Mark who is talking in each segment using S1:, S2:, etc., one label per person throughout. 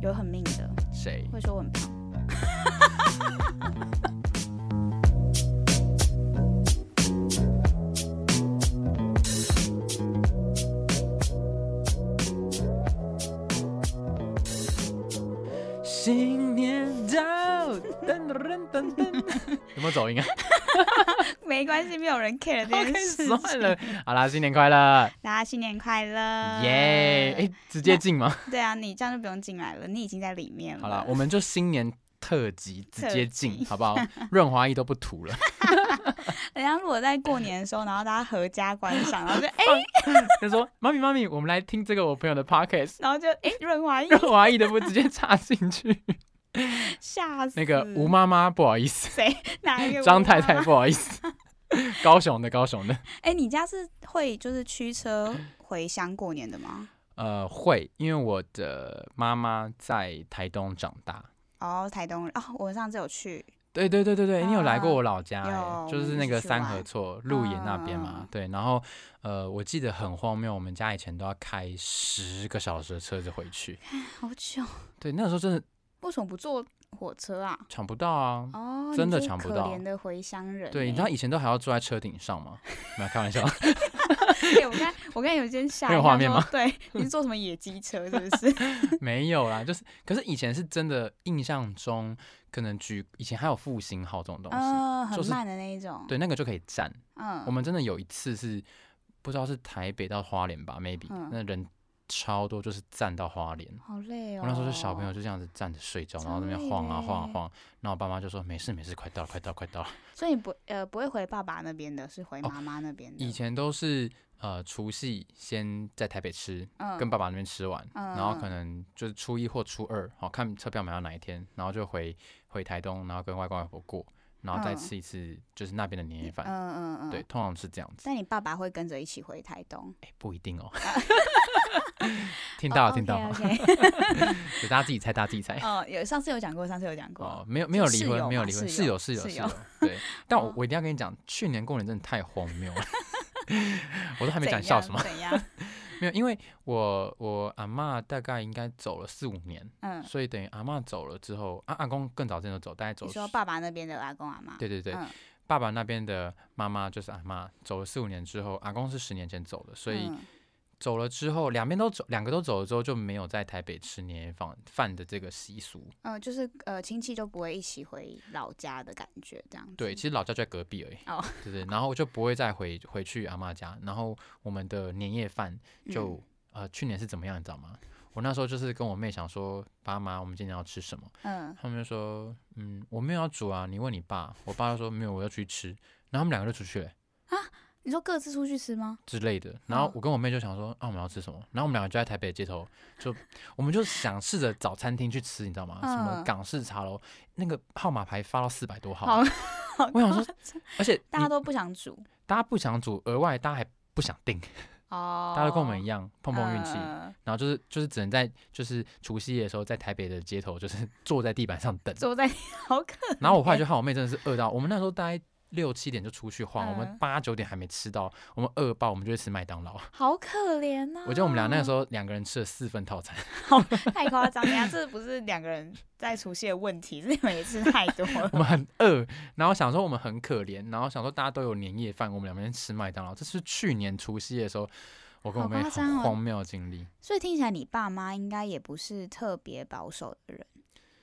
S1: 有很命的，
S2: 谁？
S1: 会说我很胖。
S2: 新年到，噔噔噔噔， 有没有走音啊
S1: 没关系，没有人 care 这
S2: ？OK，
S1: 件事情。
S2: 哎算了，好啦，新年快乐，
S1: 大家新年快乐！
S2: 耶！哎，直接进吗？
S1: 对啊，你这样就不用进来了，你已经在里面了。
S2: 好啦，我们就新年特辑直接
S1: 特
S2: 进，
S1: 辑
S2: 好 不好？润滑液都不涂 了，
S1: 人家如果在过年的时候，然后大家合家观赏， 然后就哎、
S2: 他说：“妈咪，妈咪，我们来听这个我朋友的 podcast。”
S1: 然后就哎，润 滑液
S2: 润滑液都不直接插进 去。
S1: 吓死
S2: 那个吴妈妈，不好意思，
S1: 谁哪一个吴
S2: 张太
S1: 妈
S2: 太，
S1: 妈？
S2: 不好意思， 高雄的，高雄的。
S1: 哎、你家是会就是驱车回乡过年的吗？
S2: 呃，会，因为我的妈妈在台东长大。
S1: 哦，台东人哦，我们上次有去，
S2: 对对对对对，你有来过
S1: 啊
S2: 我老家、欸，
S1: 有
S2: 就
S1: 我们一
S2: 是那
S1: 起
S2: 个
S1: 去
S2: 三
S1: 玩
S2: 河厝鹿野那边嘛
S1: 嗯嗯。嗯
S2: 对，然后呃，我记得很荒谬，我们家以前都要开十个小时的车子回去。
S1: 好久，
S2: 对，那个时候真的
S1: 为什么不坐火车啊？
S2: 抢不到啊。
S1: 哦，
S2: 真
S1: 你
S2: 的
S1: 这是
S2: 抢不
S1: 可
S2: 到
S1: 怜的回乡人欸。
S2: 对，你知道以前都还要坐在车顶上吗？ 没有开玩笑，
S1: 对我刚我刚有一件吓一
S2: 很
S1: 跳，
S2: 有画面
S1: 说
S2: 吗
S1: 对，你是坐什么野鸡车是不 是？
S2: 没有啦，就是，可是以前是真的印象中，可能举以前还有复兴号这种东西，
S1: 嗯，
S2: 就
S1: 很
S2: 是
S1: 慢的那一种。，
S2: 对，那个就可以站。
S1: 嗯，
S2: 我们真的有一次是不知道是台北到花莲吧，maybe、
S1: 嗯
S2: 那人超多，就是站到花莲。
S1: 好累哦。
S2: 我那时候就小朋友就这样子站着睡觉，然后在那边晃啊
S1: 超累
S2: 晃啊晃，然后我爸妈就说没事没事，快到了快到了快到了。
S1: 所以你不呃不会回爸爸那边的，是回
S2: 哦
S1: 妈妈那边的。
S2: 以前都是呃除夕先在台北吃，
S1: 嗯
S2: 跟爸爸那边吃完，
S1: 嗯
S2: 然后可能就是初一或初二，好看车票买到哪一天，然后就回回台东，然后跟外公外婆过，然后再
S1: 嗯
S2: 吃一次就是那边的年夜
S1: 嗯
S2: 饭。
S1: 嗯嗯，
S2: 对，。通常是这样子。
S1: 但你爸爸会跟着一起回台东？
S2: 哎、不一 定哦。 听到了，听到了，
S1: 哦 OK，
S2: 就大家自己猜，大家自己猜。
S1: 哦，有上次有讲过，上次有讲过
S2: 哦，。没有没有
S1: 是
S2: 离
S1: 室
S2: 婚，
S1: 友
S2: 没有
S1: 吧
S2: 离婚，
S1: 室
S2: 室
S1: 友
S2: 友室友
S1: 室
S2: 室
S1: 友
S2: 友。 对，但我
S1: 哦
S2: 我一定要跟你讲，去年过年真的太荒谬 了，我都还
S1: 还
S2: 没讲笑什么。
S1: 怎 样？
S2: 没有，因为我我阿嬷大概应该走了四五年，
S1: 嗯，
S2: 所以等于阿嬷走了之后，啊阿、阿公更早之前就走，大概走
S1: 你
S2: 了
S1: 说
S2: 十
S1: 爸爸那边的阿公阿妈？
S2: 对对对，
S1: 嗯
S2: 爸爸那边的妈妈就是阿嬷走了四五年之后，阿公是十年前走的，所以
S1: 嗯
S2: 走了之后，两边都走，两个都走了之后，就没有在台北吃年夜饭饭的这个习俗。
S1: 嗯，就是呃亲戚都不会一起回老家的感觉，这样子。
S2: 对，其实老家就在隔壁而已。
S1: 哦，
S2: 对对，然后我就不会再回回去阿嬷家，然后我们的年夜饭
S1: 嗯
S2: 就、呃去年是怎么样，你知道吗？我那时候就是跟我妹想说，爸妈，我们今天要吃什么？
S1: 嗯，
S2: 他们就说，嗯，我没有要煮啊，你问你爸。我爸就说没有，我要出去吃。然后他们两个就出去了
S1: 啊你说各自出去吃吗？哦
S2: 之类的。然后我跟我妹就想说，啊，我们要吃什么？然后我们两个就在台北的街头，就我们就想试着找餐厅去吃，你知道吗？什么
S1: 嗯
S2: 港式茶楼，那个号码牌发到四百多号
S1: 好。
S2: 我 想说，而且
S1: 大家
S2: 你
S1: 都不想煮
S2: 大家不想煮，额外大家还不想订，
S1: 哦，
S2: 大家都跟我们一样碰碰运气。
S1: 嗯
S2: 然后就是就是只能在就是除夕夜的时候，在台北的街头就是 坐在地板上等。
S1: 坐在好可
S2: 然后我后来
S1: 欸
S2: 就看我妹真的是饿到，我们那时候大概六七点就出去晃，我们
S1: 嗯啊
S2: 八九点还没吃到，我们饿爆，我们就去吃麦当劳。
S1: 好可怜哦呐、
S2: 我记得我们俩那个时
S1: 候
S2: 候两个人吃了四份套餐，
S1: 太夸张了呀，这不是两个人在除夕的问题，是你们也吃太多
S2: 我
S1: 了。
S2: 们很饿，然后想说我们很可怜，然后想说大家都有年夜饭，我们两个人吃麦当劳，这是去年除夕夜的时候。我跟我
S1: 好
S2: 妹
S1: 夸张
S2: 很
S1: 哦
S2: 荒谬的经历，
S1: 所以听起来你爸妈应该也不是特别保守的人，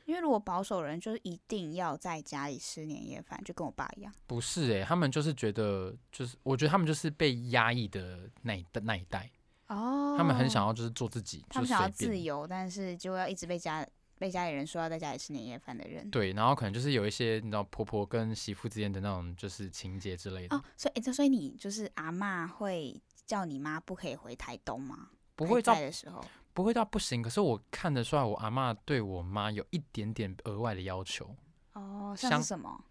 S1: 因为如果保守的人就是一定要在家里吃年夜饭，就跟我爸一样。
S2: 不是欸诶、他们就是觉得，就是我觉得他们就是被压抑的那一那一代，
S1: 哦
S2: 他们很想，要就是做自己，
S1: 他
S2: 就
S1: 们
S2: 随
S1: 想要
S2: 便。
S1: 自由，但是就要一直被家被家里人说要在家里吃年夜饭的人。
S2: 对，然后可能就是有一些你知道婆婆跟媳妇之间的那种就是情节之类的，
S1: 哦，所以、欸、所以你就是阿嬷会叫你妈不可以回台东吗？
S2: 不
S1: 还
S2: 会到
S1: 在的时候，
S2: 不会到不行，可是我看得出来我阿嬷对我妈有一点点额外的要求，
S1: 哦，
S2: 像
S1: 像是什么？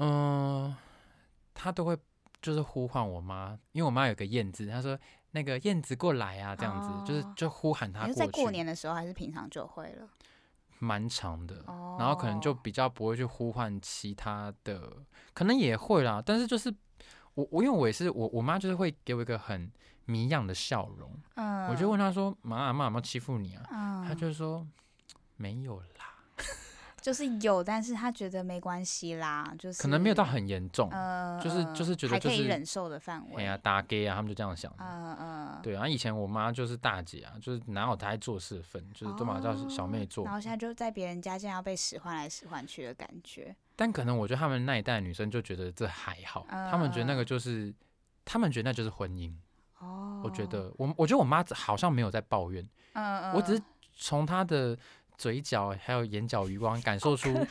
S2: 嗯、她都会就是呼唤我妈，因为我妈有个燕子，她说那个燕子过来啊，这样子、就是
S1: 哦
S2: 就呼喊她
S1: 你
S2: 过
S1: 是
S2: 去，
S1: 在过年的时候还是平常就会了？
S2: 蛮长的。
S1: 哦，
S2: 然后可能就比较不会去呼唤其他的，可能也会啦，但是就是我我因为我也是我我妈就是会给我一个很谜样的笑容。
S1: 嗯，
S2: 我就问他说：“妈阿妈有没有欺负你啊？”
S1: 嗯，
S2: 他就说：“没有啦，
S1: 就是有，但是他觉得没关系啦，就是
S2: 可能没有到很严重。
S1: 呃，
S2: 就是
S1: 呃
S2: 就是觉得
S1: 还
S2: 就
S1: 可以
S2: 是
S1: 忍受的范
S2: 哎
S1: 围。
S2: 呀，打 gay 啊，他们就这样想。
S1: 嗯嗯，
S2: 对，然后以前我妈就是大姐啊，就是哪有她在做事的份，就是都把她叫小妹
S1: 哦
S2: 做嗯
S1: 然。后现在就在别人家，竟然要被使唤来使唤去的感觉。
S2: 但可能我觉得他们那一代女生就觉得这还好，他们觉得那
S1: 嗯
S2: 个就是，他们觉得那就是婚姻。
S1: 哦，
S2: 我觉，得我我觉得我妈好像没有在抱怨，
S1: 嗯嗯，
S2: 我只是从她的嘴角还有眼角余光感受出
S1: 怜，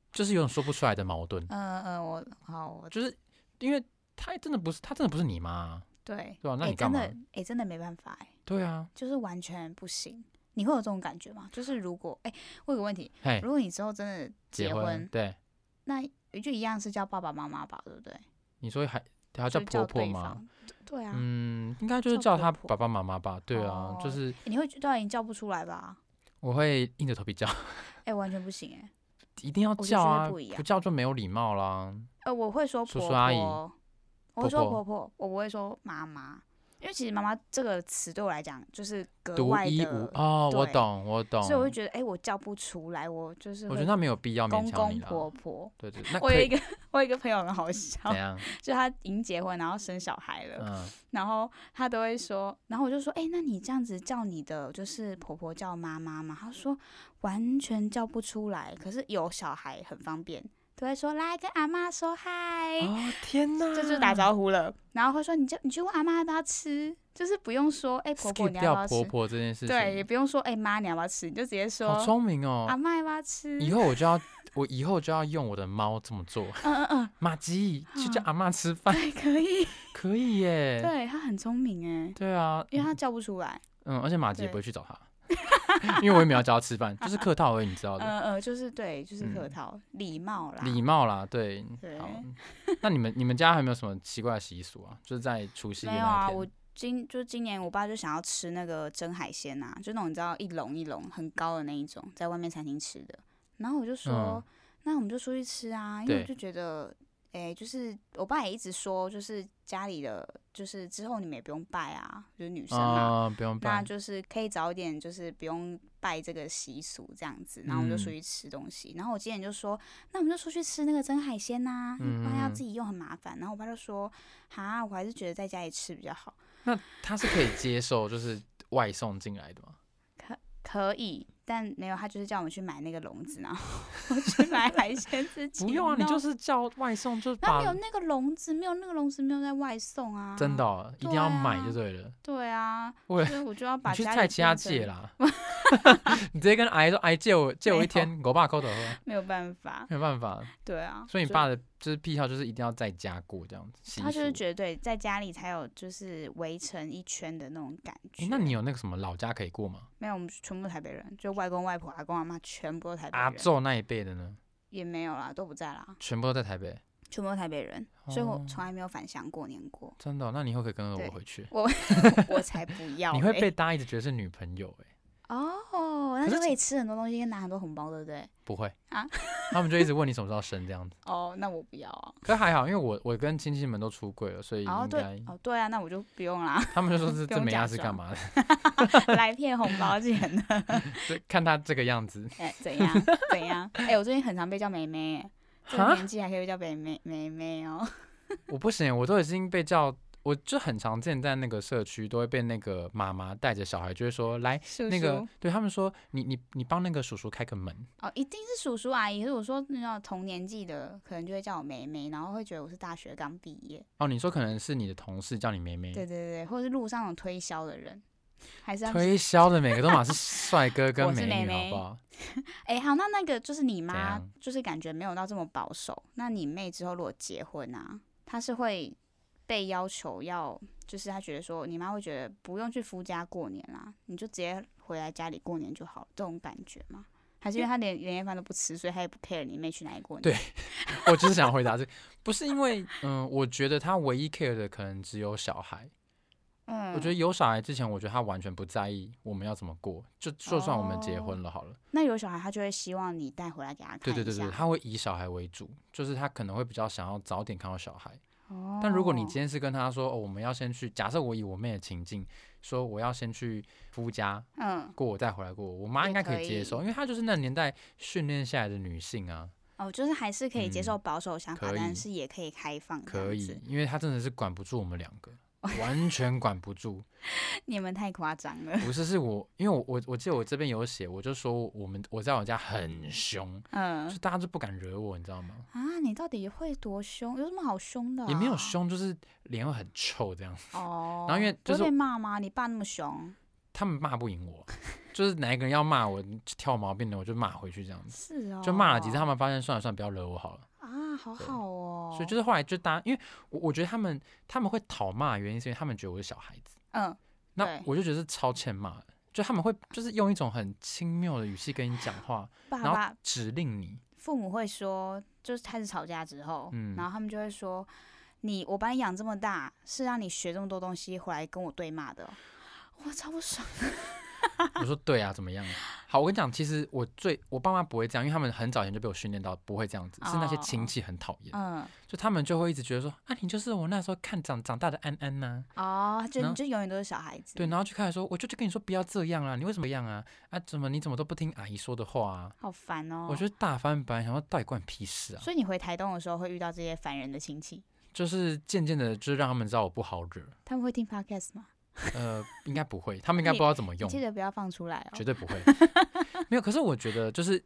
S2: 就是有种说不出来的矛盾，
S1: 嗯嗯，我好，我
S2: 就是因为她真的不是，她真的不是你妈啊，
S1: 对
S2: 对吧那
S1: 哎
S2: 你干嘛
S1: 真的，哎，真的没办法，哎，
S2: 对啊，
S1: 就是完全不行。你会有这种感觉吗？就是如果，哎，我有个问题，
S2: 嘿，
S1: 如果你之后真的
S2: 哎结
S1: 婚，
S2: 对，
S1: 那就一样是叫爸爸妈妈吧，对不对？
S2: 你说还还要啊叫
S1: 就
S2: 婆婆
S1: 对
S2: 吗？
S1: 方？对啊，
S2: 嗯，应该就是
S1: 叫
S2: 叫
S1: 婆
S2: 她
S1: 婆
S2: 爸爸妈妈吧，对啊，就
S1: 哦
S2: 是
S1: 你会觉得你叫不出来吧？
S2: 我会硬着头皮叫，
S1: 哎，完全不行，哎，
S2: 一定要
S1: 我就
S2: 叫
S1: 觉得
S2: 啊，
S1: 不一样
S2: 不叫就没有礼貌啦。
S1: 呃，我会说
S2: 叔
S1: 婆
S2: 叔阿姨
S1: 婆我会说
S2: 婆
S1: 婆婆，我不会说妈妈，因为其实妈妈这个词对我来讲就是格
S2: 独
S1: 外
S2: 一
S1: 的
S2: 无，哦，我
S1: 对
S2: 懂，我懂。
S1: 所以我就觉得，哎、我叫不出来，我就是
S2: 我
S1: 会
S2: 觉得那没有必要勉
S1: 公
S2: 强
S1: 公
S2: 你啦。
S1: 婆婆。
S2: 对对，那
S1: 我
S2: 可
S1: 有一
S2: 以
S1: 个我有一个朋友很好笑，
S2: 怎样？
S1: 就他已经结婚，然后生小孩了，
S2: 嗯，
S1: 然后他都会说，然后我就说，哎、那你这样子叫你的就是婆婆叫妈妈嘛？他说完全叫不出来，可是有小孩很方便，都会说来跟阿妈说嗨。
S2: 哦天哪，
S1: 这就是打招呼了，然后会说你就你去问阿妈要不要吃，就是不用说哎、婆婆
S2: skip
S1: 你要不
S2: 掉
S1: 要
S2: 婆
S1: 吃，
S2: 婆这件事情，
S1: 对，也不用说哎妈、你要不要吃，你就直接说
S2: 好聪明
S1: 阿
S2: 哦。
S1: 妈要不要吃？
S2: 以后我就要，我以后就要用我的猫这么做。
S1: 嗯嗯嗯，
S2: 马吉去叫
S1: 啊
S2: 阿妈吃 饭，
S1: 对，可 以，
S2: 可以耶。
S1: 对他很聪明哎，
S2: 对啊，
S1: 因为他叫不出来，
S2: 嗯，而且马吉也
S1: 对
S2: 不会去找他， 因为我也没有叫他吃饭，就是客套而已，你知道的。
S1: 呃呃，就是对，就是客
S2: 嗯
S1: 套礼貌啦，
S2: 礼貌啦，对，
S1: 嗯对
S2: 好。那你们你们家还有没有什么奇怪的习俗啊？就是在除夕夜
S1: 没有
S2: 那
S1: 啊，
S2: 一
S1: 我
S2: 天，
S1: 今就今年我爸就想要吃那个蒸海鲜呐、就那种你知道一笼一笼很高的那一种，在外面餐厅吃的。然后我就说，
S2: 嗯
S1: 那我们就出去吃啊，因为我
S2: 对
S1: 就觉得，哎、就是我爸也一直说，就是家里的，就是之后你们也不用拜啊，就是女生嘛。
S2: 啊、不用
S1: 那
S2: 拜，
S1: 就是可以早一点，就是不用拜这个习俗这样子，然后我们就出
S2: 嗯
S1: 去吃东西。然后我今年就说，那我们就出去吃那个蒸海鲜呐、因为不然要
S2: 嗯
S1: 自己用很麻烦。然后我爸就说，哈，我还是觉得在家里吃比较好。
S2: 那他是可以接受就是外送进来的吗？
S1: 可以，但没有，他就是叫我们去买那个笼子，然后 我去买海鲜自己。
S2: 不用啊，你就是叫外送，就是
S1: 那没有
S2: 把
S1: 那个笼子，没有那个笼子，没有在外送啊。
S2: 真的、？哦、一定要买就
S1: 对
S2: 对了。
S1: 对啊，所
S2: 我
S1: 以我就要把
S2: 你去
S1: 家
S2: 菜
S1: 里
S2: 其他
S1: 变成
S2: 借啦， 你直接跟阿姨说，阿姨借我借我一天，我爸抠头喝，
S1: 没有办法。
S2: 没有 办法。
S1: 对啊，
S2: 所以你爸的就是癖好就是一定要在家过这样子习俗。
S1: 他就是绝对在家里才有就是围成一圈的那种感觉。
S2: 诶那你有那个什么老家可以过吗？
S1: 没有？我们全部都台北人，就外公外婆、阿公阿妈全部都台北
S2: 阿
S1: 人，
S2: 昼那一辈的呢，
S1: 也没有啦，都不在啦，
S2: 全部都在台北。
S1: 全部都台北人，所以我
S2: 哦
S1: 从来没有返乡过年 过。
S2: 真的哦、那你以后可以跟着
S1: 对
S2: 我回去。
S1: 我才不要嘞！
S2: 你会被大家一直觉得是女朋友哎、
S1: 哦，那
S2: 可
S1: 就是可
S2: 其
S1: 以吃很多东西，跟拿很多红包，对不对？
S2: 不会
S1: 啊
S2: 他们就一直问你什么时候生这样子。
S1: 哦，那我不要啊。
S2: 可还好，因为我我跟亲戚们都出柜了，所以
S1: 哦，
S2: 应
S1: 对
S2: 该、，
S1: 哦，对啊，那我就不用啦，
S2: 他们就说是
S1: 不
S2: 这
S1: 用
S2: 美
S1: 假
S2: 亚是干
S1: 装
S2: 嘛的？
S1: 来骗红包钱的。
S2: 就看他这个样子，
S1: 哎，怎样？怎样？哎，我最近很常被叫妹妹耶，这个
S2: 哈
S1: 年纪还可以被叫妹妹妹妹哦。
S2: 我不行，我都已经被叫，我就很常见在那个社区都会被那个妈妈带着小孩，就会说来。
S1: 叔叔，
S2: 那个对他们说，你你你帮那个叔叔开个门，
S1: 哦，一定是叔叔阿姨。如果说那种同年纪的，可能就会叫我妹妹，然后会觉得我是大学刚毕业。
S2: 哦，你说可能是你的同事叫你妹妹，
S1: 对对对，或者是路上那种推销的人，还是要
S2: 推销的每个都嘛是帅哥跟
S1: 我是妹
S2: 美女，好
S1: 妹
S2: 不好？
S1: 哎、好，那那个就是你妈
S2: 样，
S1: 就是感觉没有到这么保守。那你妹之后如果结婚啊，她是会被要求要，就是她觉得说，你妈会觉得不用去夫家过年啦，你就直接回来家里过年就好，这种感觉吗？还是因为她连年夜饭都不吃，所以她也不 care 你妹去哪里过年？
S2: 对我就是想回答这个，不是因为，嗯，我觉得他唯一 care 的可能只有小孩。
S1: 嗯，
S2: 我觉得有小孩之前，我觉得他完全不在意我们要怎么过，就就算我们结
S1: 哦
S2: 婚了好了，
S1: 那有小孩，她就会希望你带回来给她看
S2: 对
S1: 一下。
S2: 对对对，他会以小孩为主，就是他可能会比较想要早点看到小孩，
S1: 哦
S2: 但如果你今天是跟他说，哦，我们要先去，假设我以我妹的情境说，我要先去夫家
S1: 嗯
S2: 过，我再回来过我，我妈
S1: 也
S2: 应该
S1: 可
S2: 以接受，因为她就是那年代训练下来的女性啊，
S1: 哦，就是还是可以接
S2: 嗯
S1: 受保守想法，
S2: 可以
S1: 但是也可以开放。
S2: 可以，，因为她真的是管不住我们两个，完全管不住。
S1: 你们太夸张了。
S2: 不是，是我，因为我我我记得我这边有写，我就说我们我在我家很凶，
S1: 嗯
S2: 就大家就不敢惹我，你知道吗？
S1: 啊，你到底会多凶？有什么好凶的、啊
S2: 也没有。凶，就是脸会很臭这样。
S1: 哦，
S2: 然后因为
S1: 不
S2: 就是
S1: 会被骂吗？你爸那么凶，
S2: 他们骂不赢 我，就是哪一个人要骂我挑毛病的，我就骂回去这样子。
S1: 是哦，
S2: 就骂了几次，他们发现算了算了，不要惹我好了。
S1: 啊，好
S2: 对
S1: 好哦。
S2: 所以就是后来就大家，因为我我觉得他们他们会讨骂，原因是因为他们觉得我是小孩子，
S1: 嗯，
S2: 那
S1: 对
S2: 我就觉得是超欠骂的。就他们会就是用一种很轻蔑的语气跟你讲话，
S1: 爸
S2: 然
S1: 爸
S2: 后指 令你。
S1: 父母会说，就是开始吵架之后，
S2: 嗯
S1: 然后他们就会说，你我把你养这么大，是让你学这么多东西回来跟我对骂的哦、我超不爽。
S2: 我说对啊，怎么样？好，我跟你讲，其实我最我爸妈不会这样，因为他们很早以前就被我训练到不会这样子，是那些亲
S1: 哦
S2: 戚很讨厌，
S1: 嗯，
S2: 就他们就会一直觉得说啊，你就是我那时候看长长大的安安呐、
S1: 哦，就你
S2: 然后
S1: 就永远都是小孩子。
S2: 对，然后就开始说，我就就跟你说不要这样啊，你为什么这样啊？啊，怎么你怎么都不听阿姨说的话啊？
S1: 好烦哦。
S2: 我就大翻白眼，想说到底关你屁事啊！
S1: 所以你回台东的时候会遇到这些烦人的亲戚，
S2: 就是渐渐的，就是让他们知道我不好惹。
S1: 他们会听 podcast 吗？
S2: 呃，应该不会，他们应该
S1: 你
S2: 不知道怎么
S1: 你
S2: 用，
S1: 记得不要放出来哦
S2: 绝。对 不会。没有，可是我觉得就是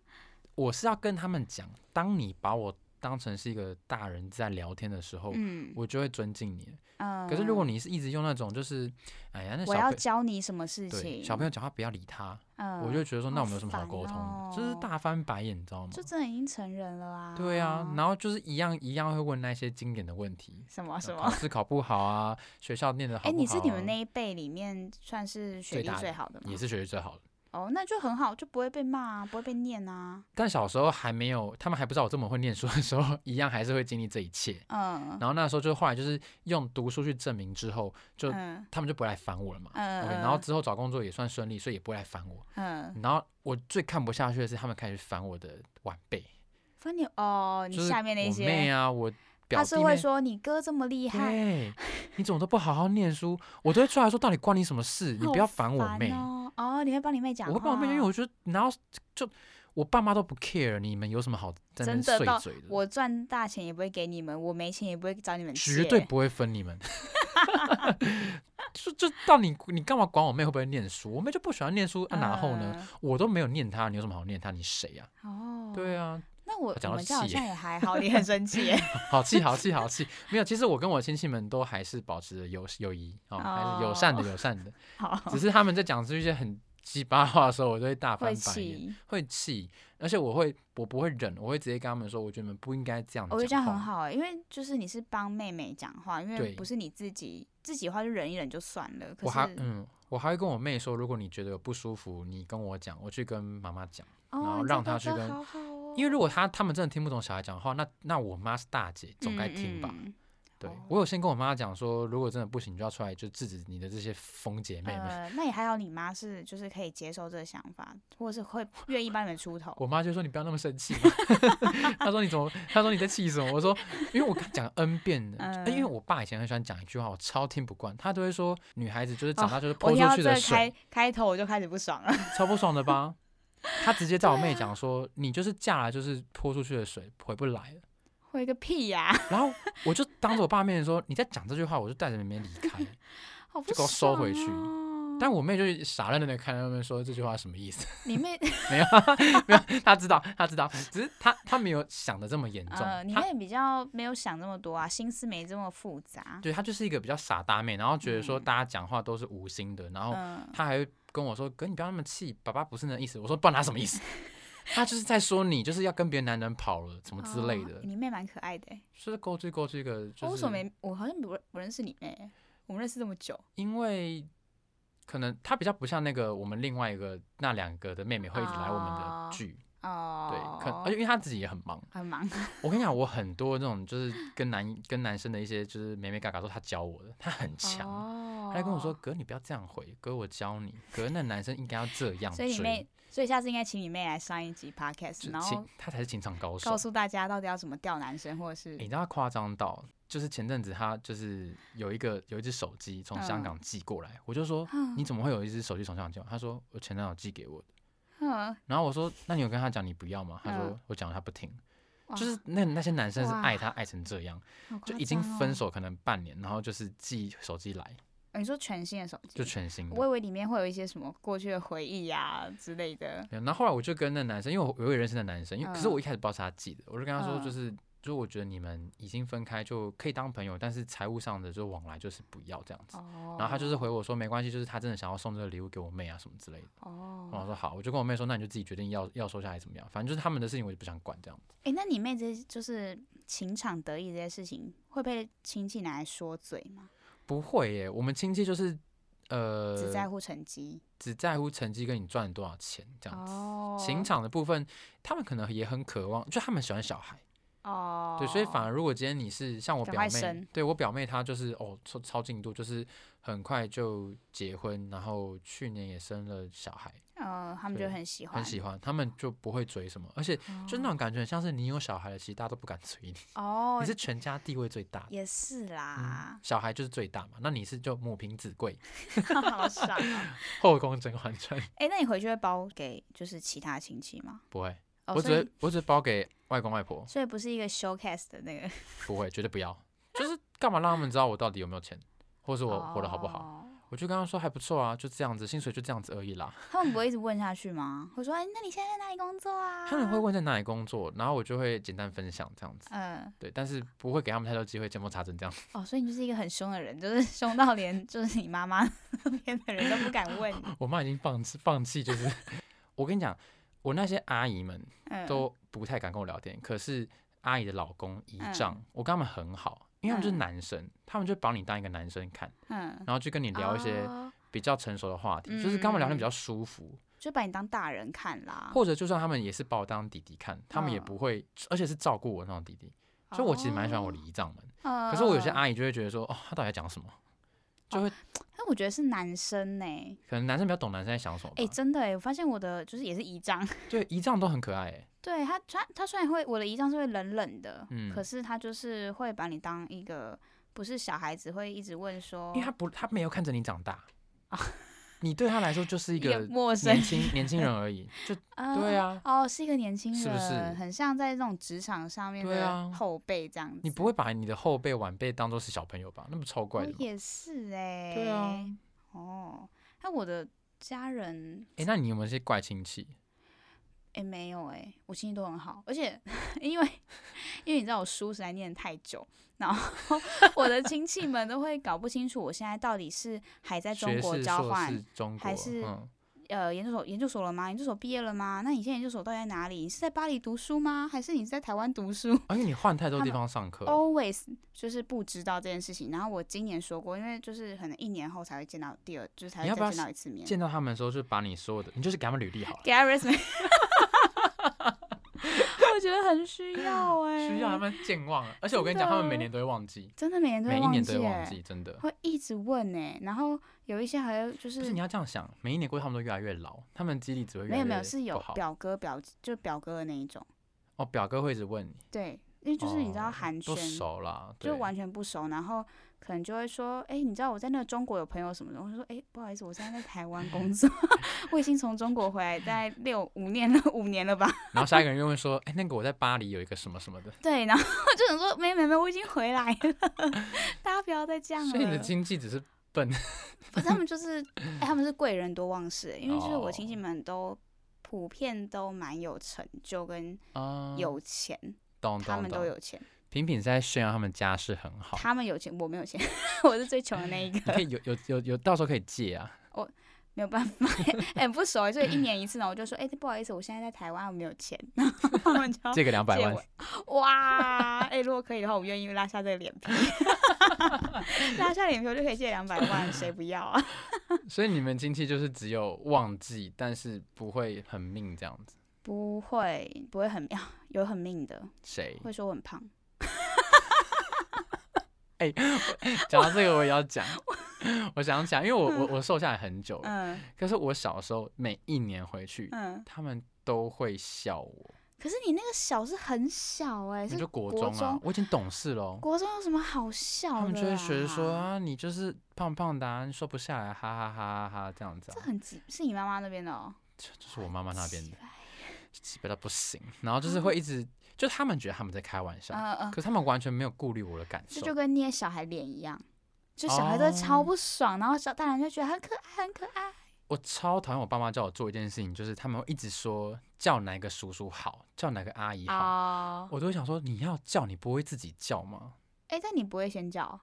S2: 我是要跟他们讲，当你把我当成是一个大人在聊天的时候，
S1: 嗯
S2: 我就会尊敬你。
S1: 嗯。
S2: 可是如果你是一直用那种就是，哎呀，那
S1: 我
S2: 小
S1: 要
S2: 朋
S1: 教你什么事
S2: 对
S1: 情，
S2: 小朋友讲话不要理他，
S1: 嗯，
S2: 我就觉得说，那
S1: 好
S2: 我们有什么好
S1: 烦
S2: 沟通
S1: 哦
S2: 的？就是大翻白眼，你知道吗？
S1: 就真的已经成人了啊。
S2: 对啊，然后就是一样一样会问那些经典的问题，
S1: 什么啊什
S2: 考
S1: 么？
S2: 试考不好啊，学校念的好不
S1: 哎，
S2: 好、啊？
S1: 你是你们那一辈里面算是学
S2: 最
S1: 历
S2: 大
S1: 最
S2: 的
S1: 好的吗？
S2: 也是学习最好的，
S1: 哦，那就很好，就不会被骂啊，不会被念啊。
S2: 但小时候还没有，他们还不知道我这么会念书的时候，一样还是会经历这一切。
S1: 嗯
S2: 然后那时候就后来就是用读书去证明之后，就
S1: 嗯
S2: 他们就不会来烦我了嘛。
S1: 嗯
S2: OK，然后之后找工作也算顺利，所以也不会来烦我。
S1: 嗯，
S2: 然后我最看不下去的是他们开始烦我的晚辈，
S1: 反正你哦，
S2: 就
S1: 你
S2: 是
S1: 下面那
S2: 我妹
S1: 些，
S2: 啊，我表
S1: 他
S2: 弟
S1: 是会
S2: 妹
S1: 说你哥这么厉害，
S2: 对， 你怎么都不好好念书？我都会出来说，到底关你什么事？你不要烦我
S1: 好
S2: 妹。
S1: 烦哦。哦，你会帮你妹讲
S2: 我
S1: 话，哦
S2: 会帮我妹，因为我觉得，然后就我爸妈都不 care，你们有什么好在那
S1: 真
S2: 边
S1: 的
S2: 碎
S1: 到
S2: 嘴的？
S1: 我赚大钱也不会给你们，我没钱也不会找你们借，
S2: 绝对不会分你们。 就就到你，你干嘛管我妹会不会念书？我妹就不喜欢念书，啊、然后
S1: 嗯
S2: 呢？我都没有念她，你有什么好念她？你谁啊？
S1: 嗯？哦，
S2: 对。啊，
S1: 那我我
S2: 讲到
S1: 们家好
S2: 气
S1: 像也还好，你很生气耶。
S2: 好气，好气，好气！没有，其实我跟我亲戚们都还是保持着友友谊啊，还是友善的，友善的。
S1: 哦好，
S2: 只是他们在讲出一些很鸡巴话的时候，我就会大 翻
S1: 会
S2: 白眼，
S1: 气，
S2: 会气，而且我会，我不会忍，我会直接跟他们说，我觉得你们不应该这样
S1: 我觉得这样
S2: 讲话
S1: 很。好哎，因为就是你是帮妹妹讲话，因为
S2: 对
S1: 不是你自己自己的话就忍一忍就算了。可
S2: 我
S1: 是
S2: 还嗯，我还会跟我妹说，如果你觉得有不舒服，你跟我讲，我去跟妈妈讲。然
S1: 哦，
S2: 后
S1: 你这
S2: 让
S1: 哥
S2: 她去
S1: 哥
S2: 跟
S1: 好好哦，
S2: 因为如果她他们真的听不懂小孩讲话，那那我妈是大姐，总该听吧？
S1: 嗯嗯
S2: 对
S1: 哦
S2: 我有先跟我妈讲说，如果真的不行，你就要出来就制止你的这些疯姐妹们。
S1: 呃，那也还好，你妈是就是可以接受这个想法，或者是会愿意帮你们出头。
S2: 我妈就说：“你不要那么生气嘛。” 她说：“你怎么？”她说：“你在气什么？”我说：“因为我跟她讲 N 遍的，
S1: 嗯
S2: 呃因为我爸以前很喜欢讲一句话，我超听不惯。他都会说，女孩子就是长
S1: 哦
S2: 大就是
S1: 我
S2: 泼
S1: 听到这
S2: 出去
S1: 个
S2: 的
S1: 开
S2: 水，
S1: 开头我就开始啊不爽了。
S2: 超不爽的吧？”他直接叫我妹讲说：“你就是嫁来就是泼出去的水，回不来了。
S1: 会个屁呀、”
S2: 然后我就当着我爸面说：“你在讲这句话，我就带着妹妹离 开。
S1: 好不
S2: 就给我收
S1: 爽
S2: 回去
S1: 哦”
S2: 但我妹就是傻愣愣的看他们说这句话什么意思，
S1: 你妹，
S2: 她知道，她知道，只是她她没有想的这么严重，
S1: 呃，你
S2: 她
S1: 妹比较没有想这么多啊，心思没这么复杂。
S2: 对她就是一个比较傻大妹，然后觉得说
S1: 嗯
S2: 大家讲话都是无心的，然后
S1: 嗯，
S2: 她还会跟我说：“哥，你不要那么气，爸爸不是那意思。”我说：“不然他什 么意思？”她就是在说你就是要跟别的男人跑了什么之类的
S1: 哦，你妹蛮可爱的欸、
S2: 就是勾追勾追个，
S1: 我
S2: 就
S1: 为什么
S2: 是
S1: 没？我好像不认不认识你妹欸，我们认识这么久，
S2: 因为可能她比较不像那个我们另外一个那两个的妹妹会一直来我们
S1: 哦
S2: 的剧，对，
S1: 哦，
S2: 可而且因为她自己也很忙。
S1: 很忙，
S2: 我跟你讲，我很多那种就是跟男跟男生的一些就是妹妹嘎嘎都是他教我的，他很强。
S1: 哦
S2: 他还跟我说：“，哥，你不要这样回，哥我教你，哥那男生应该要这样
S1: 所以你
S2: 追
S1: 妹，，所以下次应该请你妹来上一集 podcast，
S2: 就
S1: 然后
S2: 情他才是情场高手哎
S1: 告。诉大家到底要怎么钓男生，或者是
S2: 欸你知道他夸张到，就是前阵子他就是有一个有一只手机从香港寄过来，我就说
S1: 嗯
S2: 你怎么会有一只手机从香港寄过来？他说我前男友寄给我的。
S1: 嗯，
S2: 然后我说那你有跟他讲你不要吗？他说
S1: 嗯
S2: 我讲了他不听，
S1: 哇
S2: 就是那那些男生是
S1: 哇
S2: 爱他爱成这样，
S1: 好
S2: 就
S1: 夸
S2: 已经
S1: 张
S2: 分
S1: 哦、
S2: 手可能半年，然后就是寄手机来
S1: 哦你说全新的手机，
S2: 就全新的
S1: 我。以为里面会有一些什么过去的回忆呀、之类的。
S2: 对然后后来我就跟那男生，因为我我有认识那男生，因为可是
S1: 嗯
S2: 我一开始不知道是他寄的，我就跟他说，
S1: 嗯
S2: 就是就是我觉得你们已经分开，就可以当朋友，但是财务上的就往来就是不要这样子。
S1: 哦
S2: 然后他就是回我说没关系，就是他真的想要送这个礼物给我妹啊什么之类的。然后我
S1: 哦，
S2: 说好，我就跟我妹说，那你就自己决定要要收下来怎么样，反正就是他们的事情我就不想管这样子。
S1: 哎、那你妹这就是情场得意这些事情，会被亲戚拿来说嘴吗？
S2: 不会耶，我们亲戚就是呃
S1: 只在乎成绩、
S2: 只在乎成绩跟你赚了多少钱这样子。
S1: 哦，
S2: 情场的部分，他们可能也很渴望，就他们喜欢小孩。
S1: 哦，
S2: 对，所以反而如果今天你是像我
S1: 赶
S2: 表
S1: 快
S2: 妹
S1: 生，
S2: 对我表妹她就是哦超超进度，就是很快就结婚，然后去年也生了小孩，
S1: 呃，他们就
S2: 对
S1: 很喜欢，
S2: 很喜欢，他们就不会追什么，而且就那种感觉很像是你有小孩了，其实大家都不敢追你，
S1: 哦，
S2: 你是全家地位最大的。
S1: 也是啦，
S2: 小孩就是最大嘛，那你是就母凭子贵，嗯
S1: 好爽哦。
S2: 后宫甄嬛传
S1: 哎、那你回去会包给就是其他亲戚吗？
S2: 不会，
S1: 哦，
S2: 我只
S1: 所以
S2: 会我只会包给外公外婆，
S1: 所以不是一个 showcase 的那个，
S2: 不会，绝对不要，就是干嘛让他们知道我到底有没有钱，或是我活得好不好。
S1: 好？
S2: 我就跟他说还不错啊，就这样子，薪水就这样子而已啦。
S1: 他们不会一直问下去吗？会说，哎、那你现在在哪里工作啊？
S2: 他们会，问在哪里工作，然后我就会简单分享这样子，
S1: 嗯、
S2: 对，但是不会给他们太多机会见缝插针这样。
S1: 哦，所以你就是一个很凶的人，就是凶到连就是你妈妈那边的人都不敢 问你。
S2: 我妈已经放弃放弃，就是 我跟你讲，我那些阿姨们
S1: 嗯，
S2: 都不太敢跟我聊天，可是阿姨的老公姨丈，我跟他们很好，因为他们就是
S1: 嗯
S2: 男生，他们就把你当一个男生看，
S1: 嗯，
S2: 然后就跟你聊一些
S1: 哦
S2: 比较成熟的话题，就是跟他们聊天比
S1: 嗯
S2: 较舒服，
S1: 就把你当大人看啦。
S2: 或者就算他们也是把我当弟弟看，他们也
S1: 嗯
S2: 不会，而且是照顾我那种弟弟。所以我其实蛮喜欢我的
S1: 哦
S2: 姨丈们，
S1: 嗯
S2: 可是我有些
S1: 嗯
S2: 阿姨就会觉得说，哦，他到底在讲什么？就会
S1: 哎，我觉得是男生呢、
S2: 可能男生比较懂男生在想什么吧。
S1: 哎、真的哎、我发现我的就是也是姨丈，
S2: 对，姨丈都很可爱哎，
S1: 对他，他他虽然会我的姨丈是会冷冷的，
S2: 嗯
S1: 可是他就是会把你当一个不是小孩子，会一直问说，
S2: 因为他不，他没有看着你长大， 你对他来说就是
S1: 哦
S2: 一
S1: 一
S2: 个
S1: 陌生
S2: 年，轻年轻人 而已，就
S1: 呃
S2: 对，啊，
S1: 哦，是一个年轻人，
S2: 是不是
S1: 很像在那种职场上面
S2: 对啊
S1: 的后辈这样子？
S2: 你不会把你的后辈晚辈当做是小朋友吧？那不超怪
S1: 我
S2: 的吗？
S1: 也是哎、
S2: 对啊，
S1: 哦，那我的家人
S2: 哎，那你有没有一些怪亲戚？
S1: 哎、没有哎、我亲戚都很好，而且 因为因为你知道我书实在念得太久，然 后我的亲戚们都会搞不清楚我现在到底是还在中
S2: 学
S1: 国
S2: 士、
S1: 交
S2: 硕
S1: 换
S2: 士、中国
S1: 还是，
S2: 嗯，
S1: 呃研究所研究所了吗？研究所毕业了吗？那你现在研究所到底在哪里？你是在巴黎读书吗？还是你是在台湾读书
S2: 而哦且你换太多
S1: 他
S2: 地
S1: 们哦
S2: 方上课了，
S1: ？Always 就是不知道这件事情。然后我今年说过，因为就是可能一年后才会见到第二，就是才会
S2: 你要不要
S1: 再见到一次面。
S2: 见到他们的时候就把你所有的，你就是给他们履 历好了。
S1: 给他 resume，我觉得很需要哎、
S2: 需要他们健忘啊了，而且我跟你讲，他们每年都会忘记，
S1: 真的每年都会
S2: 每一
S1: 忘
S2: 年
S1: 记、
S2: 都
S1: 欸，
S2: 会忘记，真的。
S1: 会一直问呢、然后有一些还有就
S2: 不
S1: 是
S2: 是你要这样想，每一年过去他们都越来越老，他们记忆力只会越
S1: 没
S2: 来越
S1: 有没有是有
S2: 不好
S1: 表哥表就表哥的那一种，
S2: 哦，表哥会一直问你，
S1: 对，因为就是你知道
S2: 哦
S1: 寒
S2: 都
S1: 暄、
S2: 熟啦，对
S1: 就完全不熟，然后可能就会说，哎、你知道我在那个中国有朋友什么的，我就说，哎、不好意思，我现在在台湾工作， 我已经从中国回来大概六五年了，五年了吧，
S2: 然后下一个人又会说，哎，那个我在巴黎有一个什么什么的，
S1: 对，然后我就想说，没没没，我已经回来了， 大家不要再这样了。
S2: 所以你的经济只是笨，
S1: 不是他们就是，哎、他们是贵人多忘事、因为就是我亲戚
S2: 哦
S1: 们都普遍都蛮有成就跟
S2: 啊，
S1: 有钱，
S2: 懂
S1: 他
S2: 懂
S1: 们都
S2: 懂。
S1: 有钱，
S2: 品品是在炫耀他们家世很好，
S1: 他们有钱，我没有钱， 我是最穷的那一
S2: 你可
S1: 个，
S2: 以有有有有，到时候可以借啊，
S1: 没有办 法，很不熟，欸所以一年一次呢，我就说，哎、不好意思，我现在在台湾，我没有钱， 然后他们就
S2: 借个两百万，
S1: 哦我，哇，哎、如果可以的话，我愿意拉下这个脸 皮，拉下脸皮我就可以借两百万，谁不要啊？
S2: 所以你们亲戚就是只有忘记，但是不会很命这样子。
S1: 不会，不会很呀，有很命的，
S2: 谁？
S1: 会说我很胖。
S2: 讲到 这个我也要讲，我想讲，因为我我我瘦下来很久了，
S1: 嗯
S2: 可是我小时候每一年回去，
S1: 嗯，
S2: 他们都会笑我，
S1: 可是你那个小是很小哎、
S2: 你
S1: 是
S2: 就国
S1: 国
S2: 中啊，
S1: 中
S2: 我已经懂事喽。
S1: 国中有什么好笑的、
S2: 他
S1: 啊？
S2: 们就会学着说啊，你就是胖胖的、啊，你瘦不下来，哈哈哈哈哈这样子、
S1: 这
S2: 啊。
S1: 很急，是你妈妈那边的哦。
S2: 这就是我妈妈啊那边的
S1: 鸡，掰
S2: 基本到不行。然后就是会一直，就他们觉得他们在开玩笑，
S1: 嗯嗯，
S2: 可是他们完全没有顾虑我的感
S1: 这
S2: 受。
S1: 就跟捏小孩脸一样，就小孩都会超
S2: 哦
S1: 不爽，然后小大人就觉得很可爱，很可爱。
S2: 我超讨厌我爸妈叫我做一件事情，就是他们会一直说叫哪个叔叔好，叫哪个阿姨好，
S1: 哦，
S2: 我都会想说你要叫，你不会自己叫吗？
S1: 哎，但你不会先叫？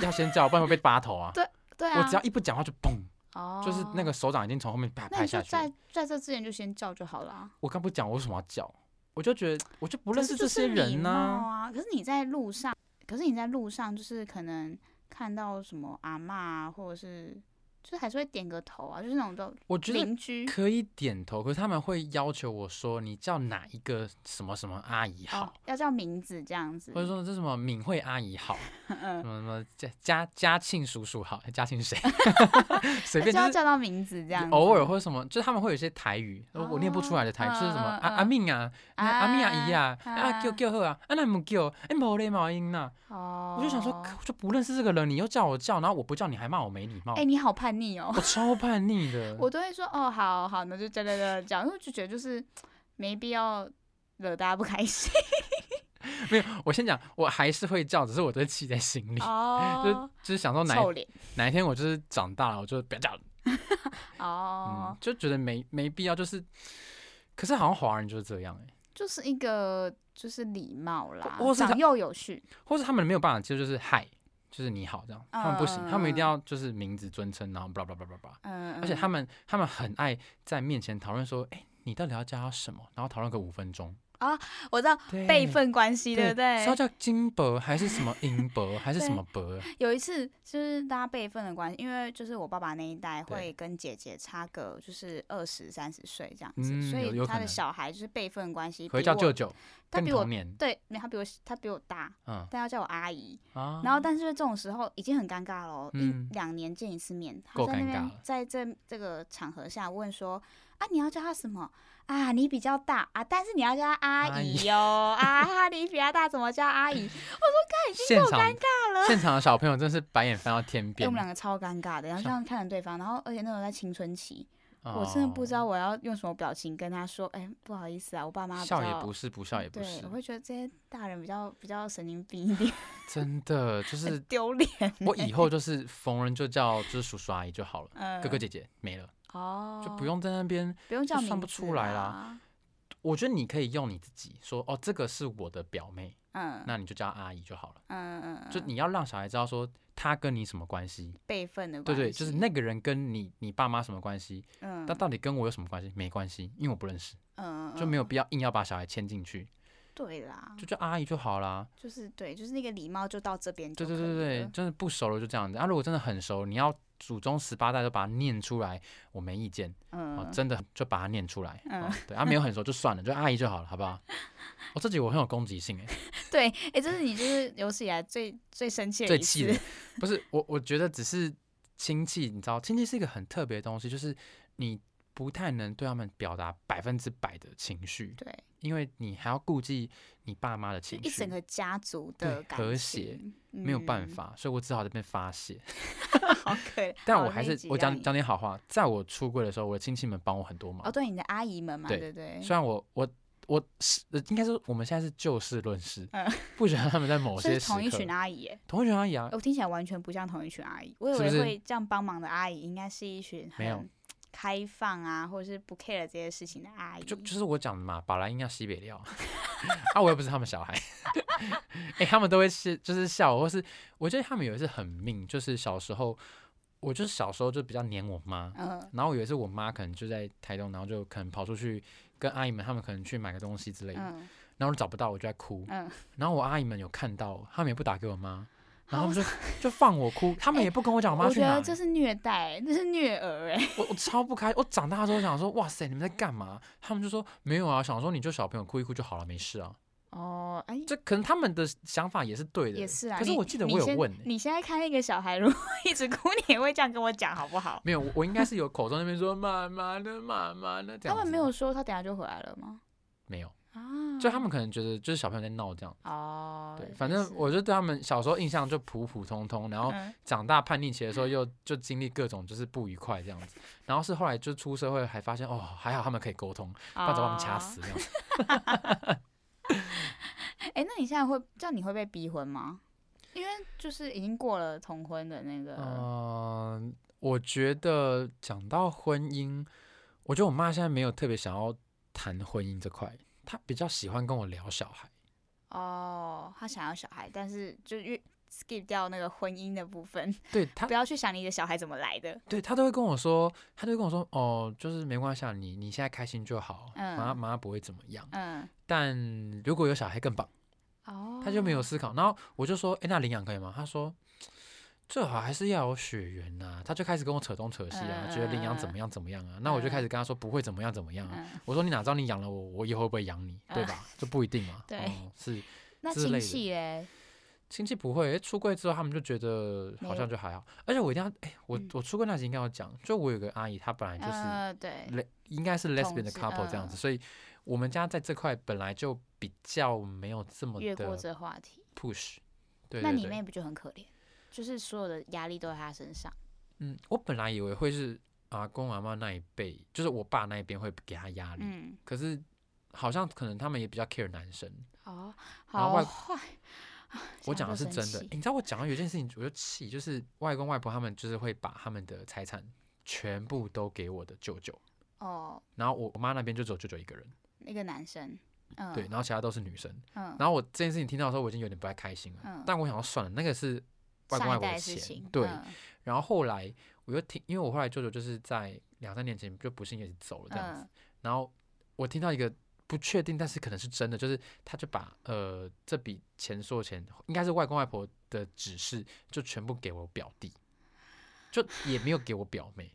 S2: 要先叫，不然会被扒头啊！
S1: 对啊，
S2: 我只要一不讲话就嘣，
S1: 哦，
S2: 就是那个，手掌已经从后面啪
S1: 那
S2: 拍
S1: 你就
S2: 下去。
S1: 在在这之前就先叫就好了啊。
S2: 我刚不讲，我为什么要叫？我就觉得我就不
S1: 可
S2: 认
S1: 是
S2: 识
S1: 就
S2: 这些
S1: 是礼
S2: 人
S1: 貌
S2: 呢、
S1: 啊。可是你在路上，可是你在路上就是可能看到什么阿嬷啊，或者是就是还是会点个头啊，就是那种都
S2: 我觉得
S1: 邻居
S2: 可以点头，可是他们会要求我说你叫哪一个什么什么阿姨
S1: 哦
S2: 好，，
S1: 要叫名字这样子
S2: 或。者说这什么敏慧阿姨好，什么
S1: 嗯，
S2: 什么嘉嘉嘉庆叔叔好，嘉庆谁？ 随
S1: 就
S2: 便
S1: 要
S2: 就是
S1: 叫到名字这样子。
S2: 偶尔或者什么，就是他们会有一些台语，我念不出来的台语，
S1: 哦
S2: 就是什
S1: 嗯
S2: 么
S1: 嗯
S2: 阿阿命啊，那阿命阿姨啊，啊叫叫好啊，啊那唔叫，哎无礼貌音呐，
S1: 哦，
S2: 我就想说，可我就不认识这个人，你又叫我叫，然后我不叫你还骂我没礼貌
S1: 哎、，你好叛逆哦！
S2: 我超叛逆的。
S1: 我都会说哦，好好，那就这样这样这样，因为我就觉得就是没必要惹大家不开 心
S2: 没有，我先讲，我还是会叫，只是我都会气在心里，就是
S1: 哦，
S2: 就是想说哪一
S1: 臭脸
S2: 哪一天我就是长大了，我就不要叫了，嗯
S1: 哦，，
S2: 就觉得没没必要，就是。可是好像华人就是这样哎、
S1: 就是一个就是礼貌啦
S2: 或，是他
S1: 长幼有序，
S2: 或者他们没有办法接受，就是嗨，就是你好这样，他们不行，
S1: 嗯
S2: 他们一定要就是名字尊称，然后 blah blah blah blah blah，
S1: 嗯，
S2: 而且他
S1: 们
S2: 们他们很爱在面前讨论说，哎、你到底要叫他什么？然后讨论个五分钟，
S1: 我知道
S2: 对
S1: 辈分关系，对
S2: 哎对
S1: 不对
S2: 是要？叫金伯还是什么银伯还是什么伯？
S1: 有一次就是大家辈分的关系，因为就是我爸爸那一代会跟姐姐差个就是二十三十岁这样子，
S2: 嗯
S1: 所
S2: 有
S1: 以
S2: 有
S1: 他
S2: 可
S1: 的
S2: 能
S1: 小孩就是辈分关系比
S2: 回叫
S1: 我
S2: 舅舅，
S1: 他
S2: 跟
S1: 比我
S2: 童年，
S1: 对，没有他比我他比我大，
S2: 嗯
S1: 但要叫我阿姨。
S2: 啊，
S1: 然后，但是这种时候已经很尴尬了，
S2: 嗯
S1: 一两年见一次面，他
S2: 够
S1: 在那
S2: 尴尬
S1: 边
S2: 了
S1: 在这这个场合下问说啊，你要叫他什么啊？你比较大啊，但是你要叫他阿
S2: 阿
S1: 姨哦啊，你比较大怎么叫阿 姨？哎
S2: 现场现场的小朋友真是白眼翻到天
S1: 哎，
S2: 边
S1: 我们。两个超尴尬的，然后这样看着对方，然后而且那时候在青春期，我真的不知道我要用什么表情跟他说，哎，不好意思啊，我爸妈
S2: 哦
S1: 比
S2: 笑
S1: 较
S2: 也不是，不笑也不
S1: 对，
S2: 是
S1: 我，会觉得这些大人比较比较神经病一点，
S2: 真的就
S1: 很
S2: 是
S1: 丢脸。
S2: 我以后就是逢人就叫就是叔叔阿姨就好了，
S1: 嗯
S2: 哥哥姐姐没了
S1: 哦，
S2: 就不用在那边。
S1: 不用叫名
S2: 算
S1: 字
S2: 不出来啦
S1: 啦。
S2: 我觉得你可以用你自己说哦，这个是我的表妹，
S1: 嗯
S2: 那你就叫她阿姨就好了。
S1: 嗯嗯，嗯
S2: 就你要让小孩知道说她跟你什么关系，
S1: 辈分的
S2: 对
S1: 关系，
S2: 对，就是那个人跟你你爸妈什么关系，
S1: 嗯，
S2: 那到底跟我有什么关系？没关系，因为我不认识，
S1: 嗯
S2: 就没
S1: 有
S2: 有必要硬要把小孩牵进去，
S1: 对啦，
S2: 就叫阿姨就好啦。
S1: 就是对，就是那个礼貌就到这边就
S2: 对
S1: 可
S2: 对
S1: 以
S2: 对对，
S1: 了，
S2: 真的不熟了就这样子。啊，如果真的很熟，你要祖宗十八代都把它念出来，我没意见。哦，
S1: 嗯，
S2: 真的就把它念出来。
S1: 嗯
S2: 哦、对，啊，没有很熟就算了，就阿姨就好了，好不好？我、自己我很有攻击性 哎，
S1: 对，哎，这是你就是有史以来最最生气的
S2: 最
S1: 一
S2: 气
S1: 次
S2: 的，不是我，我觉得只是亲戚，你知道，亲戚是一个很特别的东西，就是你不太能对他们表达百分之百的情绪，
S1: 对，
S2: 因为你还要顾忌你爸妈的
S1: 就
S2: 情
S1: 一整
S2: 绪，
S1: 个家族
S2: 对
S1: 的感
S2: 和
S1: 情
S2: 谐，没有办
S1: 嗯，
S2: 法，所以我只好在那边发泄。
S1: 好可怜。
S2: 但
S1: 好
S2: 我还
S1: 那一
S2: 是
S1: 集
S2: 我
S1: 让
S2: 讲
S1: 你
S2: 讲点好话，在我出柜的时候，我的亲戚们帮我很多忙
S1: 哦，。对，你的阿姨们嘛，
S2: 对
S1: 对不对？
S2: 虽然我我我是呃应该是我们现在是就事论事，
S1: 嗯
S2: 不觉得他们在某
S1: 所以
S2: 些
S1: 是
S2: 时
S1: 同一
S2: 刻
S1: 群啊阿姨耶，
S2: 同一群阿姨啊
S1: 哎，我听起来完全不像同一群阿姨，我以
S2: 是不
S1: 为
S2: 是
S1: 会这样帮忙的阿姨应该是一群
S2: 没有
S1: 很开放啊，或者是不 care 这些事情的阿姨。嗯
S2: 就就是我讲的嘛，宝来应该西北料 啊，我又不是他们小孩， 哎、他们都会是就是笑我，或是我觉得他们有一次很命，就是小时候，我就是小时候就比较黏我妈，
S1: 嗯
S2: 然后有一次我妈可能就在台东，然后就可能跑出去跟阿姨们他们可能去买个东西之类的，
S1: 嗯
S2: 然后找不到我就在哭，
S1: 嗯，
S2: 然后我阿姨们有看到，他们也不打给我妈，然后他们就就放我 哭，他们也不跟我讲我妈
S1: 哎我
S2: 去
S1: 觉
S2: 哪
S1: 得
S2: 里。
S1: 这是虐待，这是虐儿哎、
S2: 我我超不开，我长大之后想说，哇塞，你们在干嘛？他们就说没有啊，想说你就小朋友哭一哭就好了，没事啊。
S1: 哦，哎，
S2: 这可能他们的想法也是对的，
S1: 也是啊。
S2: 可是
S1: 你
S2: 我记得
S1: 你
S2: 我有
S1: 先
S2: 问欸、
S1: 你现在看一个小孩如果 一直哭，你也会这样跟我讲好不好？
S2: 没有，我我应该是有口中那边说妈妈的妈妈的这
S1: 他
S2: 样。
S1: 们没有，说他等下就回来了吗？
S2: 没有，
S1: 啊，
S2: 就他们可能觉得就是小朋友在闹这样。
S1: 哦，
S2: 对，
S1: 也
S2: 反正
S1: 是
S2: 我就对他们小时候印象就普普通通，然后
S1: 嗯
S2: 长大叛逆期的时候又就经历各种就是不愉快这样子，然后是后来就出社会还发现哦，还好他们可以沟通，不然早把他们掐
S1: 哦
S2: 死这样子。
S1: 哎、那你现在会这样？你会被逼婚吗？因为就是已经过了同婚的那个，
S2: 嗯、
S1: 哦
S2: 我觉得讲到婚姻，我觉得我妈现在没有特别想要谈婚姻这块，她比较喜欢跟我聊小孩。
S1: 哦，他想要小孩，但是就越 skip 掉那个婚姻的部分，
S2: 对她
S1: 不，要去想你的小孩怎么来的。
S2: 对她都会跟我说，她都会跟我说，哦，就是没关系，啊，你你现在开心就好，妈妈
S1: 嗯
S2: 妈不会怎么样。
S1: 嗯，
S2: 但如果有小孩更棒。
S1: 哦，
S2: 他就没有思考。然后我就说：“哎、那领养可以吗？”他说：“最好还是要有血缘呐、他就开始跟我扯东扯西
S1: 嗯
S2: 啊，觉得领养怎么样怎么样啊。那我就开始跟他说：“不会怎么样怎么样啊。
S1: 嗯，
S2: 我说：“你哪知道你养了我，我以后会不会养你？对吧？这不一定嘛。
S1: 对
S2: 嗯是
S1: 那
S2: 之
S1: 亲
S2: 类的
S1: 戚嘞，
S2: 亲戚不会。诶出柜之后，他们就觉得好像就还好。而且我一定要，哎、我
S1: 嗯
S2: 我出柜那集应该要讲，就我有个阿姨，她本来就是、
S1: 呃，对，
S2: le- 应该是 lesbian 的
S1: 同志
S2: couple 这样子，
S1: 嗯
S2: 所以我们家在这块本来就比较没有这么
S1: 越过
S2: 的
S1: 这话题，
S2: push。对对对
S1: 那你妹不就很可怜？就是所有的压力都在她身上。
S2: 嗯，我本来以为会是阿公阿妈那一辈，就是我爸那一边会给他压力，
S1: 嗯，
S2: 可是好像可能他们也比较 care 男生。
S1: 哦，
S2: 然后外
S1: 好坏。啊
S2: 我讲
S1: 就
S2: 的是
S1: 生
S2: 真
S1: 气
S2: 的，诶你知道我讲到有一件事情我就气，就是外公外婆他们就是会把他们的财产全部都给我的舅舅，
S1: 哦，
S2: 然后我我妈那边就只有舅舅一个人，
S1: 那个男生，嗯，
S2: 对，然后其他都是女生。
S1: 嗯，
S2: 然后我这件事情听到的时候，我已经有点不太开心了，
S1: 嗯
S2: 但我想要算了，那个是外公
S1: 上
S2: 外
S1: 一
S2: 婆
S1: 代
S2: 的
S1: 的事
S2: 钱
S1: 情，，
S2: 对，
S1: 嗯
S2: 然后后来我又听，因为我后来舅舅就是在两三年前就不幸也走了这样子，
S1: 嗯
S2: 然后我听到一个不确定，但是可能是真的，就是他就把呃这笔钱所有钱，应该是外公外婆的指示，就全部给我表弟，就也没有给我表妹。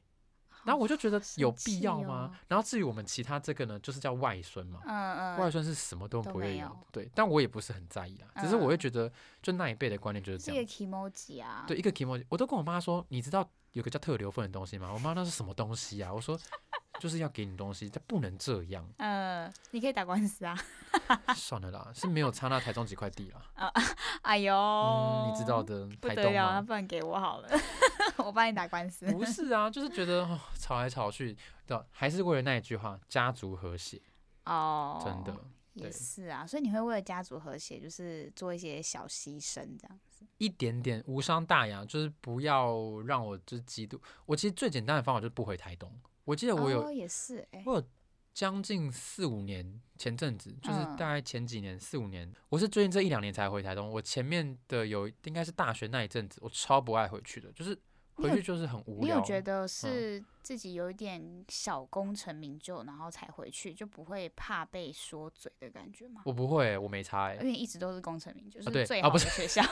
S2: 然后我就觉得有必要
S1: 哦
S2: 吗？然后至于我们其他这个呢，就是叫外孙嘛，
S1: 嗯嗯，
S2: 外孙是什么都
S1: 都
S2: 不会
S1: 没
S2: 有的
S1: 有，
S2: 对，但我也不是很在意啦，只是我会
S1: 嗯
S2: 觉得就那一辈的观念就是这
S1: 这
S2: 样
S1: 个 emoji 啊，
S2: 对，，一个 emoji，我都跟我妈说，你知道有个叫特留份的东西吗？我妈那是什么东西啊？我说就是要给你东西，这不能这样，
S1: 呃，你可以打官司啊，
S2: 算了啦，是没有差那台中几块地啦。
S1: 哎呦，
S2: 嗯，你知道的，
S1: 不
S2: 台
S1: 得
S2: 东
S1: 了，那
S2: 吗？
S1: 不然给我好了， 我帮你打官司，
S2: 不是啊，就是觉得、哦、吵来吵去，对吧，还是为了那一句话，家族和谐，
S1: 哦，
S2: 真的、
S1: 也
S2: 对
S1: 是啊，所以你会为了家族和谐，就是做一些小牺牲这样，
S2: 一点点无伤大雅，就是不要让我就是嫉妒。我其实最简单的方法就是不回台东。我记得我有
S1: 哦也是，哎，
S2: 我有将近四五年，前阵子就是
S1: 嗯
S2: 大概前几年、四五年，我是最近这一两年才回台东。我前面的有应该是大学那一阵子，我超不爱回去的，就是
S1: 你有
S2: 回去就是很无
S1: 你有
S2: 聊。嗯
S1: 觉得是自己有一点小功成名就，然后才回去，就不会怕被说嘴的感觉吗？
S2: 我不会、我没差、欸
S1: 因为一直都是功成名就，就
S2: 对
S1: 是最
S2: 啊
S1: 好
S2: 不
S1: 的
S2: 是
S1: 学 校，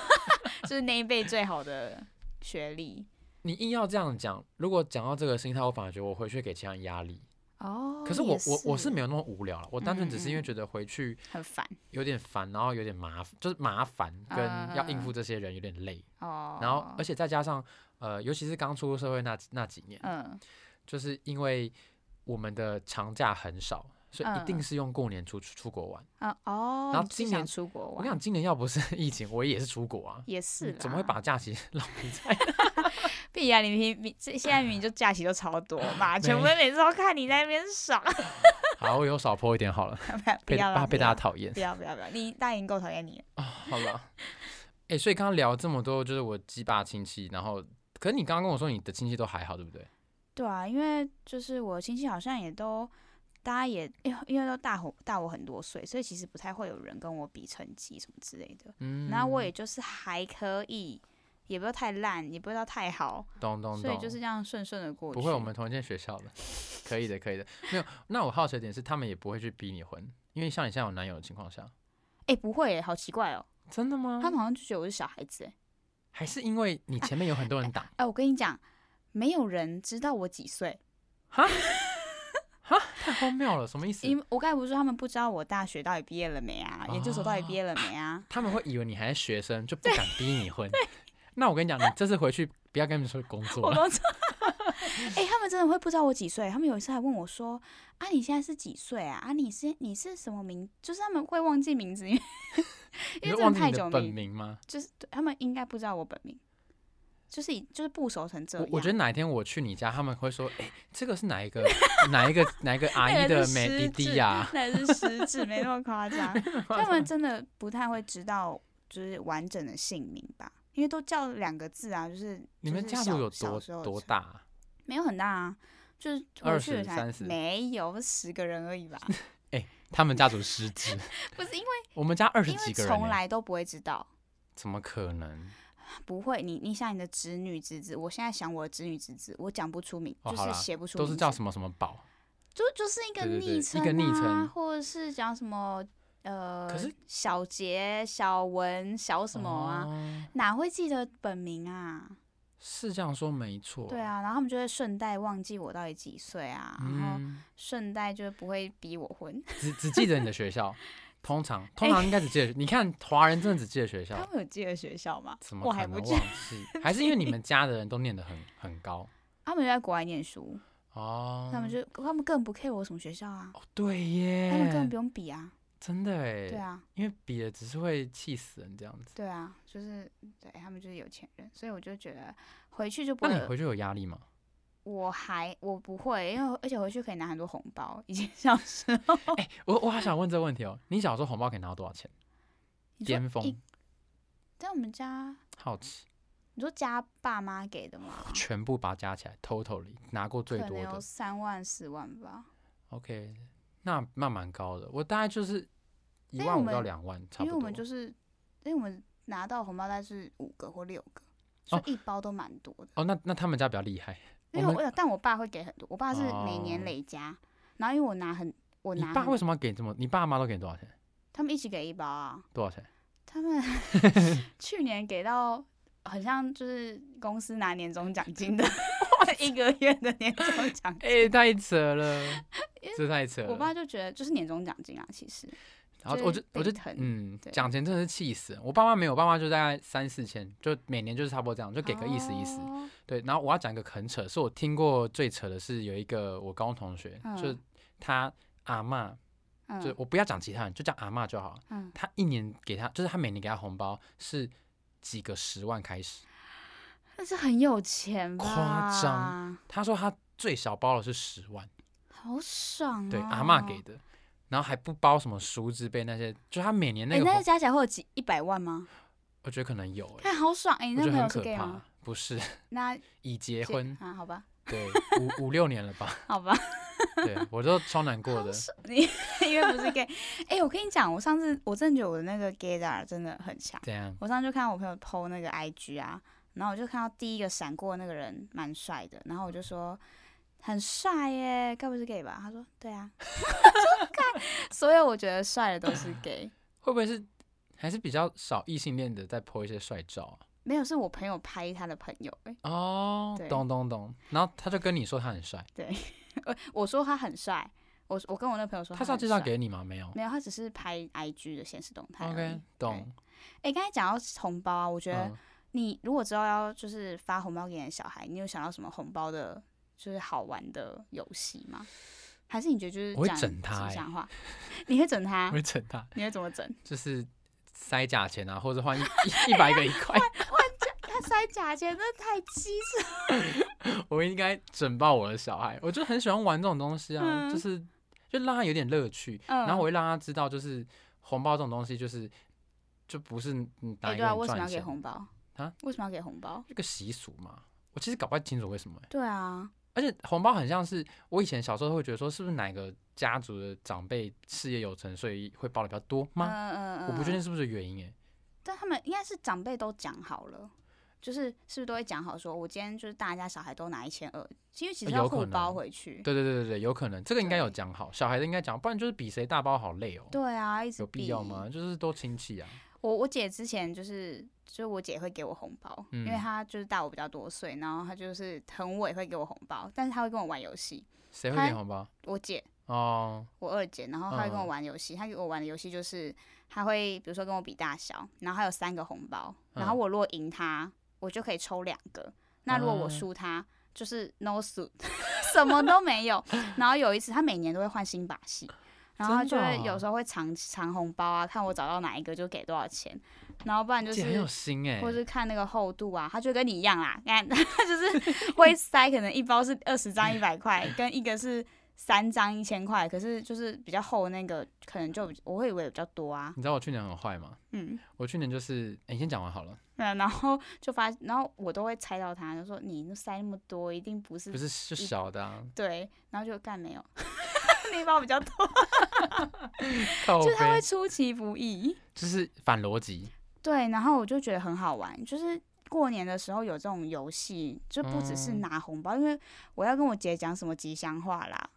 S1: 就是那一辈最好的学历。
S2: 你硬要这样讲，如果讲到这个心态，我反而觉得我回去给其他人压力。
S1: 哦
S2: 可是我
S1: 也
S2: 我我是
S1: 是
S2: 没有那么无聊了，我单纯只是因
S1: 嗯嗯
S2: 为
S1: 嗯
S2: 觉得回去
S1: 很烦
S2: 有点烦，然后有点麻，就是麻烦跟要应付这些人有点累，
S1: 啊哦。
S2: 然后而且再加上呃，尤其是刚出社会那那几年，
S1: 嗯
S2: 就是因为我们的长假很少，所以一定
S1: 嗯
S2: 是用过年出出出国玩。
S1: 啊哦，
S2: 然后
S1: 你是
S2: 今
S1: 想
S2: 年
S1: 出国
S2: 我跟你
S1: 玩
S2: 讲，今年要不是 疫情，我也是出国啊。
S1: 也是啦，
S2: 怎么会把假期 浪费在？
S1: 必然你平明这现在明明就假期都超多 嘛，全部
S2: 没
S1: 每次都看你在那边爽，
S2: 好，我有少泼一点好了，
S1: 不
S2: 被
S1: 要啦
S2: 怕被
S1: 不要
S2: 大家讨厌
S1: 不要不要不要，你大家已经够讨厌你了。
S2: 啊。好了，哎、所以刚刚聊这么多，就是我鸡爸亲戚，然后可是你刚刚跟我说你的亲戚都还好，对不对？
S1: 对啊，因为就是我亲戚好像也都，大家也因为因为都大我大我很多岁，所以其实不太会有人跟我比成绩什么之类的。
S2: 嗯，
S1: 然后我也就是还可以，也不要太烂，也不要太好，
S2: 懂懂懂，
S1: 所以就是这样顺顺的过去。
S2: 不会，我们同一间学校的，可以的，可以的。没有，那我好奇的点是，他们也不会去逼你婚，因为像你现在有男友的情况下，
S1: 哎、不会耶，好奇怪哦，
S2: 真的吗？
S1: 他们好像就觉得我是小孩子哎。
S2: 还是因为你前面有很多人打，
S1: 哎、我跟你讲，没有人知道我几岁，
S2: 太荒谬了，什么意思？
S1: 因为我刚才不是说他们不知道我大学到底毕业了没啊，研究所到底毕业了没啊？
S2: 他们会以为你还是学生，就不敢逼你婚。那我跟你讲，你这次回去不要跟他们说工
S1: 我
S2: 作了，
S1: 工作， 哎、他们真的会不知道我几岁。他们有一次还问我说：“啊，你现在是几岁啊？啊，你是你是什么名？”就是他们会忘记名字，因为因
S2: 你
S1: 为
S2: 是
S1: 真
S2: 忘
S1: 的
S2: 记
S1: 太
S2: 你
S1: 久
S2: 的本
S1: 没
S2: 名吗？
S1: 就是对他们应该不知道我本名，就是已就是不熟成这
S2: 我
S1: 样。
S2: 我觉得哪一天我去你家，他们会说：“哎、这个是哪一个哪一个哪一个阿
S1: 那
S2: 姨
S1: 个
S2: 的
S1: 是
S2: 美啊
S1: 失
S2: 弟弟
S1: 智
S2: 呀、
S1: 那是失智，没那么夸 张。他们真的不太会知道就是完整的姓名吧，因为都叫两个字啊，就是
S2: 你们
S1: 就是
S2: 家
S1: 小
S2: 族有
S1: 小
S2: 多
S1: 时候
S2: 多
S1: 才
S2: 大啊、
S1: 没有很大啊，就是我去了
S2: 20
S1: 才
S2: 30
S1: 没有十个人而已 吧。
S2: 他们家族失 智，
S1: 不是因为
S2: 我们家二十
S1: 因为
S2: 几个人欸
S1: 从
S2: 呢、
S1: 来都不会知道，
S2: 怎么可能？
S1: 不会。你你想你的侄女侄子，我现在想我的侄女侄子，我讲不出名，
S2: 哦
S1: 就
S2: 好
S1: 是
S2: 啦
S1: 写不出名
S2: 都
S1: 字，
S2: 是叫什么什么宝？
S1: 就就是一个
S2: 对对对
S1: 昵称、啊，
S2: 一个昵称
S1: 或者是讲什么呃，
S2: 可是
S1: 小杰、小文、小什么啊，
S2: 哦
S1: 哪会记得本名啊？
S2: 是这样说没错。
S1: 对，啊，然后他们就会顺带忘记我到底几岁啊，然后
S2: 嗯，
S1: 顺带就不会逼我婚。
S2: 只只记得你的 学校，通常通常应该只记得。你看华人真的只记得学
S1: 哎 他
S2: 校，
S1: 们有记得学校吗？
S2: 怎么
S1: 我
S2: 可
S1: 还
S2: 能
S1: 不
S2: 忘
S1: 记得，
S2: 记？还是因为你 们家的人都念得很很高
S1: 他们就在国外念书，
S2: 哦？
S1: 他们就他们更不 care 我什么学校啊，
S2: 哦哎对
S1: 他们根本
S2: 耶
S1: 不，用比啊。
S2: 真的哎，
S1: 对啊，
S2: 因为比了只是会气死人这样子。
S1: 对啊，就是对他们就是有钱人，所以我就觉得回去就不
S2: 那
S1: 会
S2: 你
S1: 有
S2: 回去有压力吗？
S1: 我还我不会，因为而且回去可以拿很多红包。以前小时候，
S2: 哎，我我好想问这个问题哦，你小时候红包可以拿到多少钱？
S1: 你说
S2: 巅
S1: 一
S2: 峰
S1: 在我们家，
S2: 好奇，
S1: 你说家爸妈给的吗？
S2: 全部把它加起来，totally 拿过最
S1: 可
S2: 多
S1: 能
S2: 的
S1: 有三万四万吧。
S2: OK，那那蛮高的，我大概就是一
S1: 因为
S2: 万
S1: 哎我
S2: 五到
S1: 们
S2: 两万，差
S1: 因
S2: 不
S1: 为我
S2: 多。
S1: 们就是，因为我们拿到红包大概是五个或六个，所
S2: 哦
S1: 以一包都蛮多的。
S2: 哦，那那他们家比较厉害，
S1: 因
S2: 我
S1: 为
S2: 们
S1: 我有，但我爸会给很多，我爸是每年
S2: 哦
S1: 累加，然后因为我拿很，我
S2: 你
S1: 拿
S2: 爸
S1: 很
S2: 为什么要给这么？你爸妈都给多少钱？
S1: 他们一起给一包啊，
S2: 多少钱？
S1: 他 们去年给到。很像就是公司拿年终奖金的 一个月的年终奖
S2: 哎、
S1: 金，
S2: 太扯 了，这太扯了。
S1: 我爸就觉得就是年终奖金啊，其实
S2: 然后
S1: 就
S2: 我
S1: 是
S2: 就我就
S1: 被疼
S2: 嗯，
S1: 对
S2: 讲钱真的是气死人。我爸妈没有，我爸妈就大概三四千，就每年就是差不多这样，就给个意思意思。
S1: 哦
S2: 对，然后我要讲一个很扯，是我听过最扯的是有一个我高中同学，就是
S1: 嗯
S2: 他阿嬷，就
S1: 嗯
S2: 我不要讲其他人，就讲阿嬷就好了。
S1: 嗯，
S2: 他一年给他，就是他每年给他红包是几个十万开始。
S1: 但是很有钱吧？
S2: 夸张，他说他最小包的是十万，
S1: 好爽啊！
S2: 对，阿嬷给的，然后还不包什么书之辈那些，就他每年那
S1: 哎、
S2: 个
S1: 那
S2: 红，
S1: 是加起来会有几一百万吗？
S2: 我觉得可能有、欸，
S1: 哎，好爽！哎、你
S2: 我
S1: 那
S2: 觉
S1: 朋
S2: 得很
S1: 友是
S2: 可
S1: gay
S2: 怕
S1: 吗？。
S2: 不是，
S1: 那
S2: 已结婚，
S1: 啊，好吧，
S2: 对，五五六年了吧？
S1: 好吧，
S2: 对，我都超难过
S1: 好
S2: 的。
S1: 爽！你 因为不是 gay，哎、我跟你讲，我上次我真的觉得我的那个 gaydar 真的很强。
S2: 怎样？
S1: 我上次就看到我朋友 PO 那个 IG 啊，然后我就看到第一个闪过的那个人蛮帅的，然后我就说很帅耶，该不是 gay 吧？他说对啊， 我说干，所有我觉得帅的都是 gay，
S2: 会不会是还是比较少异性恋的在 po 一些帅照啊？
S1: 没有是我朋友拍他的朋友、哎，
S2: 哦
S1: 对，
S2: 懂懂懂。然后他就跟你说他很帅，
S1: 呃我说他很帅，我我跟我那朋友说
S2: 他是
S1: 很
S2: 要介绍
S1: 帅
S2: 给你吗？没有。
S1: 没有，他只是拍 IG 的现实动态而已。
S2: OK，懂。
S1: 哎，刚才讲到红包啊，我觉得
S2: 嗯，
S1: 你如果知道要就是发红包给你的小孩，你有想到什么红包的，就是好玩的游戏吗？还是你觉得就是
S2: 我会
S1: 讲
S2: 整他
S1: 吉
S2: 欸
S1: 祥 话？你会整他啊
S2: 我？会整他。
S1: 你会怎么整？
S2: 就是塞假钱啊，或者换一 一一百个一块，
S1: 他塞假钱，那太机智了。
S2: 我应该整爆我的小孩。我就很喜欢玩这种东西啊，
S1: 嗯
S2: 就是就让他有点乐趣，然后我
S1: 我
S2: 会让他知道，就是红包这种东西，就是就不是你打
S1: 哎，
S2: 一
S1: 对
S2: 个
S1: 啊，
S2: 人
S1: 为什么
S2: 赚
S1: 要给
S2: 钱
S1: 红包
S2: 啊？
S1: 为什么要给红包？
S2: 这个习俗嘛。我其实搞不太清楚为什么欸、
S1: 对啊，
S2: 而且红包很像是我以前小时候会觉得说，是不是哪个家族的长辈事业有成，所以会包的比较多
S1: 嗯
S2: 吗？
S1: 嗯嗯，
S2: 我不
S1: 嗯
S2: 确定是不是原因、欸，
S1: 但他们应该是长辈都讲好了，就是是不是都会讲好说，我今天就是大家小孩都拿一千二，因为其实
S2: 呃有
S1: 要
S2: 可
S1: 互包
S2: 能
S1: 回去。
S2: 对对对对对，有可能这个应该有
S1: 对
S2: 讲好，小孩子应该讲，不然就是比谁大包好累哦、
S1: 对啊，一直
S2: 有必要
S1: 比
S2: 吗？？就是都亲戚啊，
S1: 我我姐之前就是，就是我姐会给我红包，因为
S2: 嗯
S1: 她就是大我比较多岁，然后她就是疼我也会给我红包，但是她会跟我玩游戏。
S2: 谁会
S1: 他
S2: 给红包？
S1: 我姐，
S2: 哦，
S1: 我二姐，然后她会跟我
S2: 嗯
S1: 玩游戏，她给我玩的游戏就是，她会比如说跟我比大小，然后还有三个红包，然后
S2: 嗯
S1: 我如果赢她，我就可以抽两个，那如果我
S2: 啊
S1: 输她，就是 no suit，什 么都没有。然后有一次，他每年都会换新把戏，然后他就
S2: 真的
S1: 会
S2: 哦
S1: 有时候会藏藏红包啊，看我找到哪一个就给多少钱，然后不然就
S2: 姐很
S1: 是
S2: 有心哎、
S1: 或是看那个厚度啊，他就跟你一样啦，看 他就是会塞，可能一包是二十张一百块，跟一个是三张一千块，可是就是比较厚的那个，可能就比我会以为比较多啊，
S2: 你知道我去年很坏吗？
S1: 嗯，
S2: 我去年就是，哎、你先讲完好了，
S1: 那然后就发，然后我都会猜到他，就说你那塞那么多，一定不是
S2: 不是就小的、啊，
S1: 对，然后就干没有， 那一包比较多，
S2: 靠
S1: 就是他
S2: 背
S1: 会出其不意，
S2: 就是反逻辑，
S1: 对，然后我就觉得很好玩，就是。过年的时候有这种游戏，就不只是
S2: 嗯
S1: 拿红包，因为我要跟我姐讲什么吉祥话啦，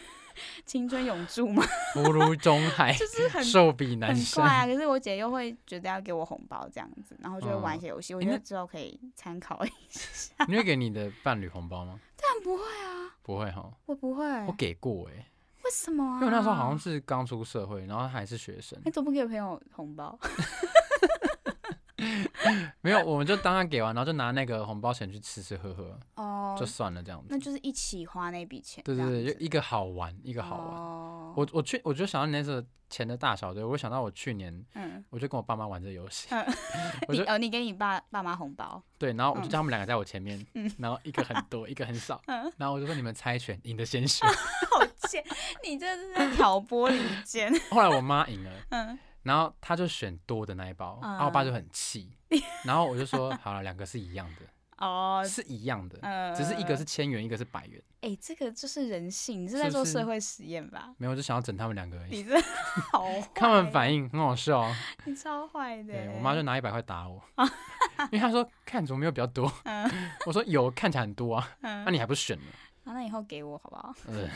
S1: 青春永驻嘛，
S2: 福如中海，
S1: 就是很
S2: 寿比南
S1: 很
S2: 山
S1: 怪。啊。可是我姐又会觉得要给我红包这样子，然后就会玩一
S2: 嗯
S1: 些游戏，我
S2: 诶
S1: 觉
S2: 那
S1: 得之后可以参考一欸下。
S2: 你会给你的伴侣红 包吗？
S1: 但啊不会啊，
S2: 不会哈，
S1: 我不会，
S2: 我给过哎、
S1: 为什么啊？
S2: 因为我那时候好像是刚出社会，然后还是学生
S1: 你，怎么不给朋友红 包？
S2: 没有，我们就当他给完，然后就拿那个红包钱去吃吃喝喝，
S1: 哦，
S2: 就算了这样子
S1: 那。就是一起花那笔钱这
S2: 对
S1: 样
S2: 对
S1: 子。
S2: 对，就一个好玩，一个好玩。
S1: 哦、
S2: 我我去，我就想到你那时候钱的大小，对我想到我去年，
S1: 嗯，
S2: 我就跟我爸妈玩这游戏，我
S1: 你
S2: 就
S1: 哦，你给你爸爸妈红包，
S2: 对，然后我
S1: 嗯
S2: 就叫他们两个在我前面，然后一个很多，一个很少，然后我就说你们猜拳，赢的先选。
S1: 好贱！ 你这是在挑拨离间。
S2: 后来我妈赢了，
S1: 嗯，
S2: 然后她就选多的那一包，然后我爸就很气，然后我就说好了，两个是一样的，
S1: 哦，
S2: 是一样的，
S1: 呃，
S2: 只是一个是千元，一个是百元，
S1: 哎、这个就是人性，你是
S2: 是
S1: 在
S2: 不
S1: 做
S2: 是
S1: 社会实验 吧？
S2: 没有，我就想要整他们两个而已。
S1: 你这好坏，
S2: 看他们，反应很好笑哦，
S1: 你超坏的欸。
S2: 对我妈就拿一百块打我，因为她说看怎么没有比较多，我说有看起来很多啊，
S1: 嗯，
S2: 那你还不选呢？
S1: 好那以后给我好不 好？
S2: 嗯，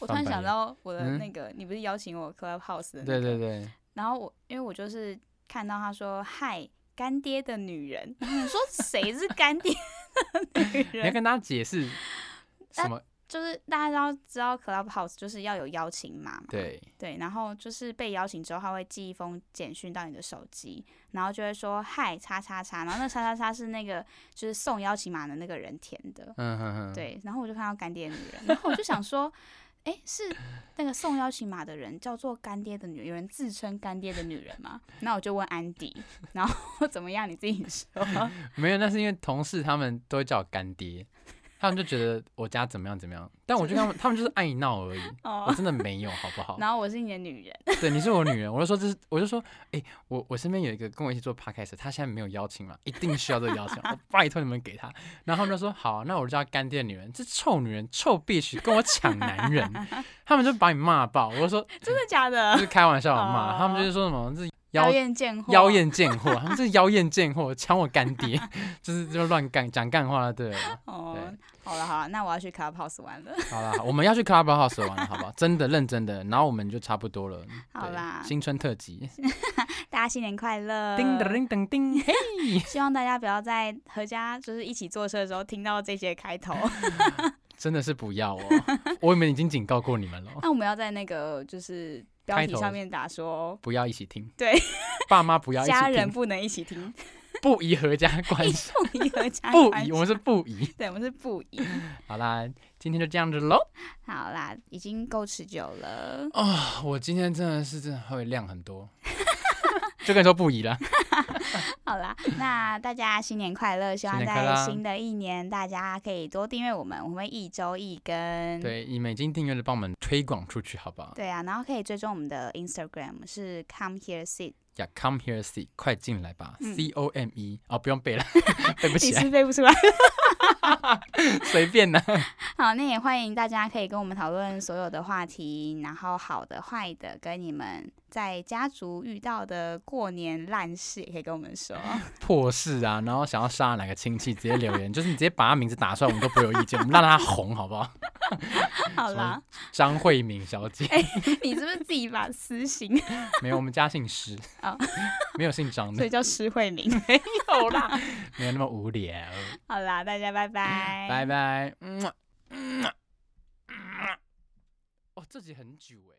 S1: 我突然
S2: 翻白
S1: 想
S2: 眼
S1: 到我的
S2: 嗯
S1: 那个，你不是邀请我 Clubhouse 的那
S2: 对对对，
S1: 然后我因为我就是看到他说嗨。干爹的女人， 然后我说谁是干爹的女
S2: 你
S1: 人？
S2: 要
S1: 呃
S2: 跟大家解释什么？
S1: 就是大家都知道 Clubhouse 就是要有邀请码嘛，
S2: 对，
S1: 对，然后就是被邀请之后，他会寄一封简讯到你的手机，然后就会说嗨叉叉叉，然后那叉叉叉是那个就是送邀请码的那个人填的，
S2: 嗯哼哼，
S1: 对，然后我就看到干爹的女人，然后我就想说，哎、是那个送邀请码的人叫做干爹的女人，有人自称干爹的女人吗？那我就问安迪，然后 怎么样你自己 说，
S2: 没有，那是因为同事他们都会叫我干爹，他们就觉得我家怎么样怎么样，但我就跟他们，他们就是爱闹而已，我
S1: 哦，
S2: 真的没有，好不好？
S1: 然后我是你的女人，
S2: 对，你是我女人，我就说这是，我就说，哎、我我身边有一个跟我一起做 podcast，的他现在没有邀请嘛，一定需要这个邀 请码，我拜托你们给他。然后他们就说好，啊那我就叫干爹的女人，这臭女人，臭 bitch，跟我抢 男人，他们就把你骂爆。我就说
S1: 真的假
S2: 就
S1: 的？
S2: 是开玩笑的骂，
S1: 哦
S2: 他们就是说什么这
S1: 妖
S2: 妖
S1: 艳贱货，
S2: 妖艳贱货，他们是妖艳贱货，抢我干爹， 就是就乱干讲干话，对了。
S1: 哦
S2: 对，
S1: 好了好了，那我要去 Clubhouse 玩了。
S2: 好啦，我们要去 Clubhouse 玩了，好不好？真的认真的，然后我们就差不多了。
S1: 好
S2: 对
S1: 啦呃
S2: 新春特辑，
S1: 大家新年快乐！
S2: 叮噔叮噔 叮，嘿，
S1: 希望大家不要在合家就是一起坐车的时候听到这些开 头。
S2: 真的是不要哦，我们已经警告过你们了，
S1: 那我们要在那个就是标
S2: 开
S1: 题
S2: 头
S1: 上面打说，
S2: 不要一起听。
S1: 对，
S2: 爸妈不要一起
S1: 家人
S2: 听，
S1: 不能一起 听，
S2: 不宜合家观 赏，
S1: 不宜合家
S2: 不
S1: 观
S2: 宜，
S1: 赏
S2: 我们是不宜。
S1: 对，我们是不 宜。
S2: 好啦，今天就这样子喽。
S1: 好啦，已经够持久了。
S2: 哦我今天真的是真的会量很多， 就跟你说不宜了。
S1: 好啦，那大家新年快乐！希望
S2: 新年快乐
S1: 在
S2: 啊
S1: 新的一年，大家可以多订阅我们，我们会一周一更。
S2: 对，你们已经订阅了，帮我们推广出去，好不好？
S1: 对啊，然后可以追踪我们的 Instagram 是 Come Here Sit。
S2: 呀、c o m e here see，快进来吧、
S1: 嗯
S2: c O M E，哦，不用背 了，背不
S1: 你
S2: 起
S1: 是
S2: 来，
S1: 背不出来。
S2: 随便啊呢、
S1: 好，那也欢迎大家可以跟我们讨论所有的话题，然后好的、坏的，跟你们在家族遇到的过年烂事也可以跟我们 说。
S2: 破事啊，然后想要杀哪个亲戚，直接留 言，就是你直接把他名字打出来，我们都不会有意见，我们让他红，好不好？
S1: 好啦，
S2: 张慧敏小 姐，
S1: 你是不是自己把私刑，
S2: 没有，我们家姓施，
S1: 哦
S2: 没有姓张
S1: 所
S2: 的
S1: 以，叫施慧 敏？
S2: 有啦， 没有那么无聊，
S1: 好啦，大家拜拜，
S2: 拜拜，嗯，嗯嗯哦，这集很久哎、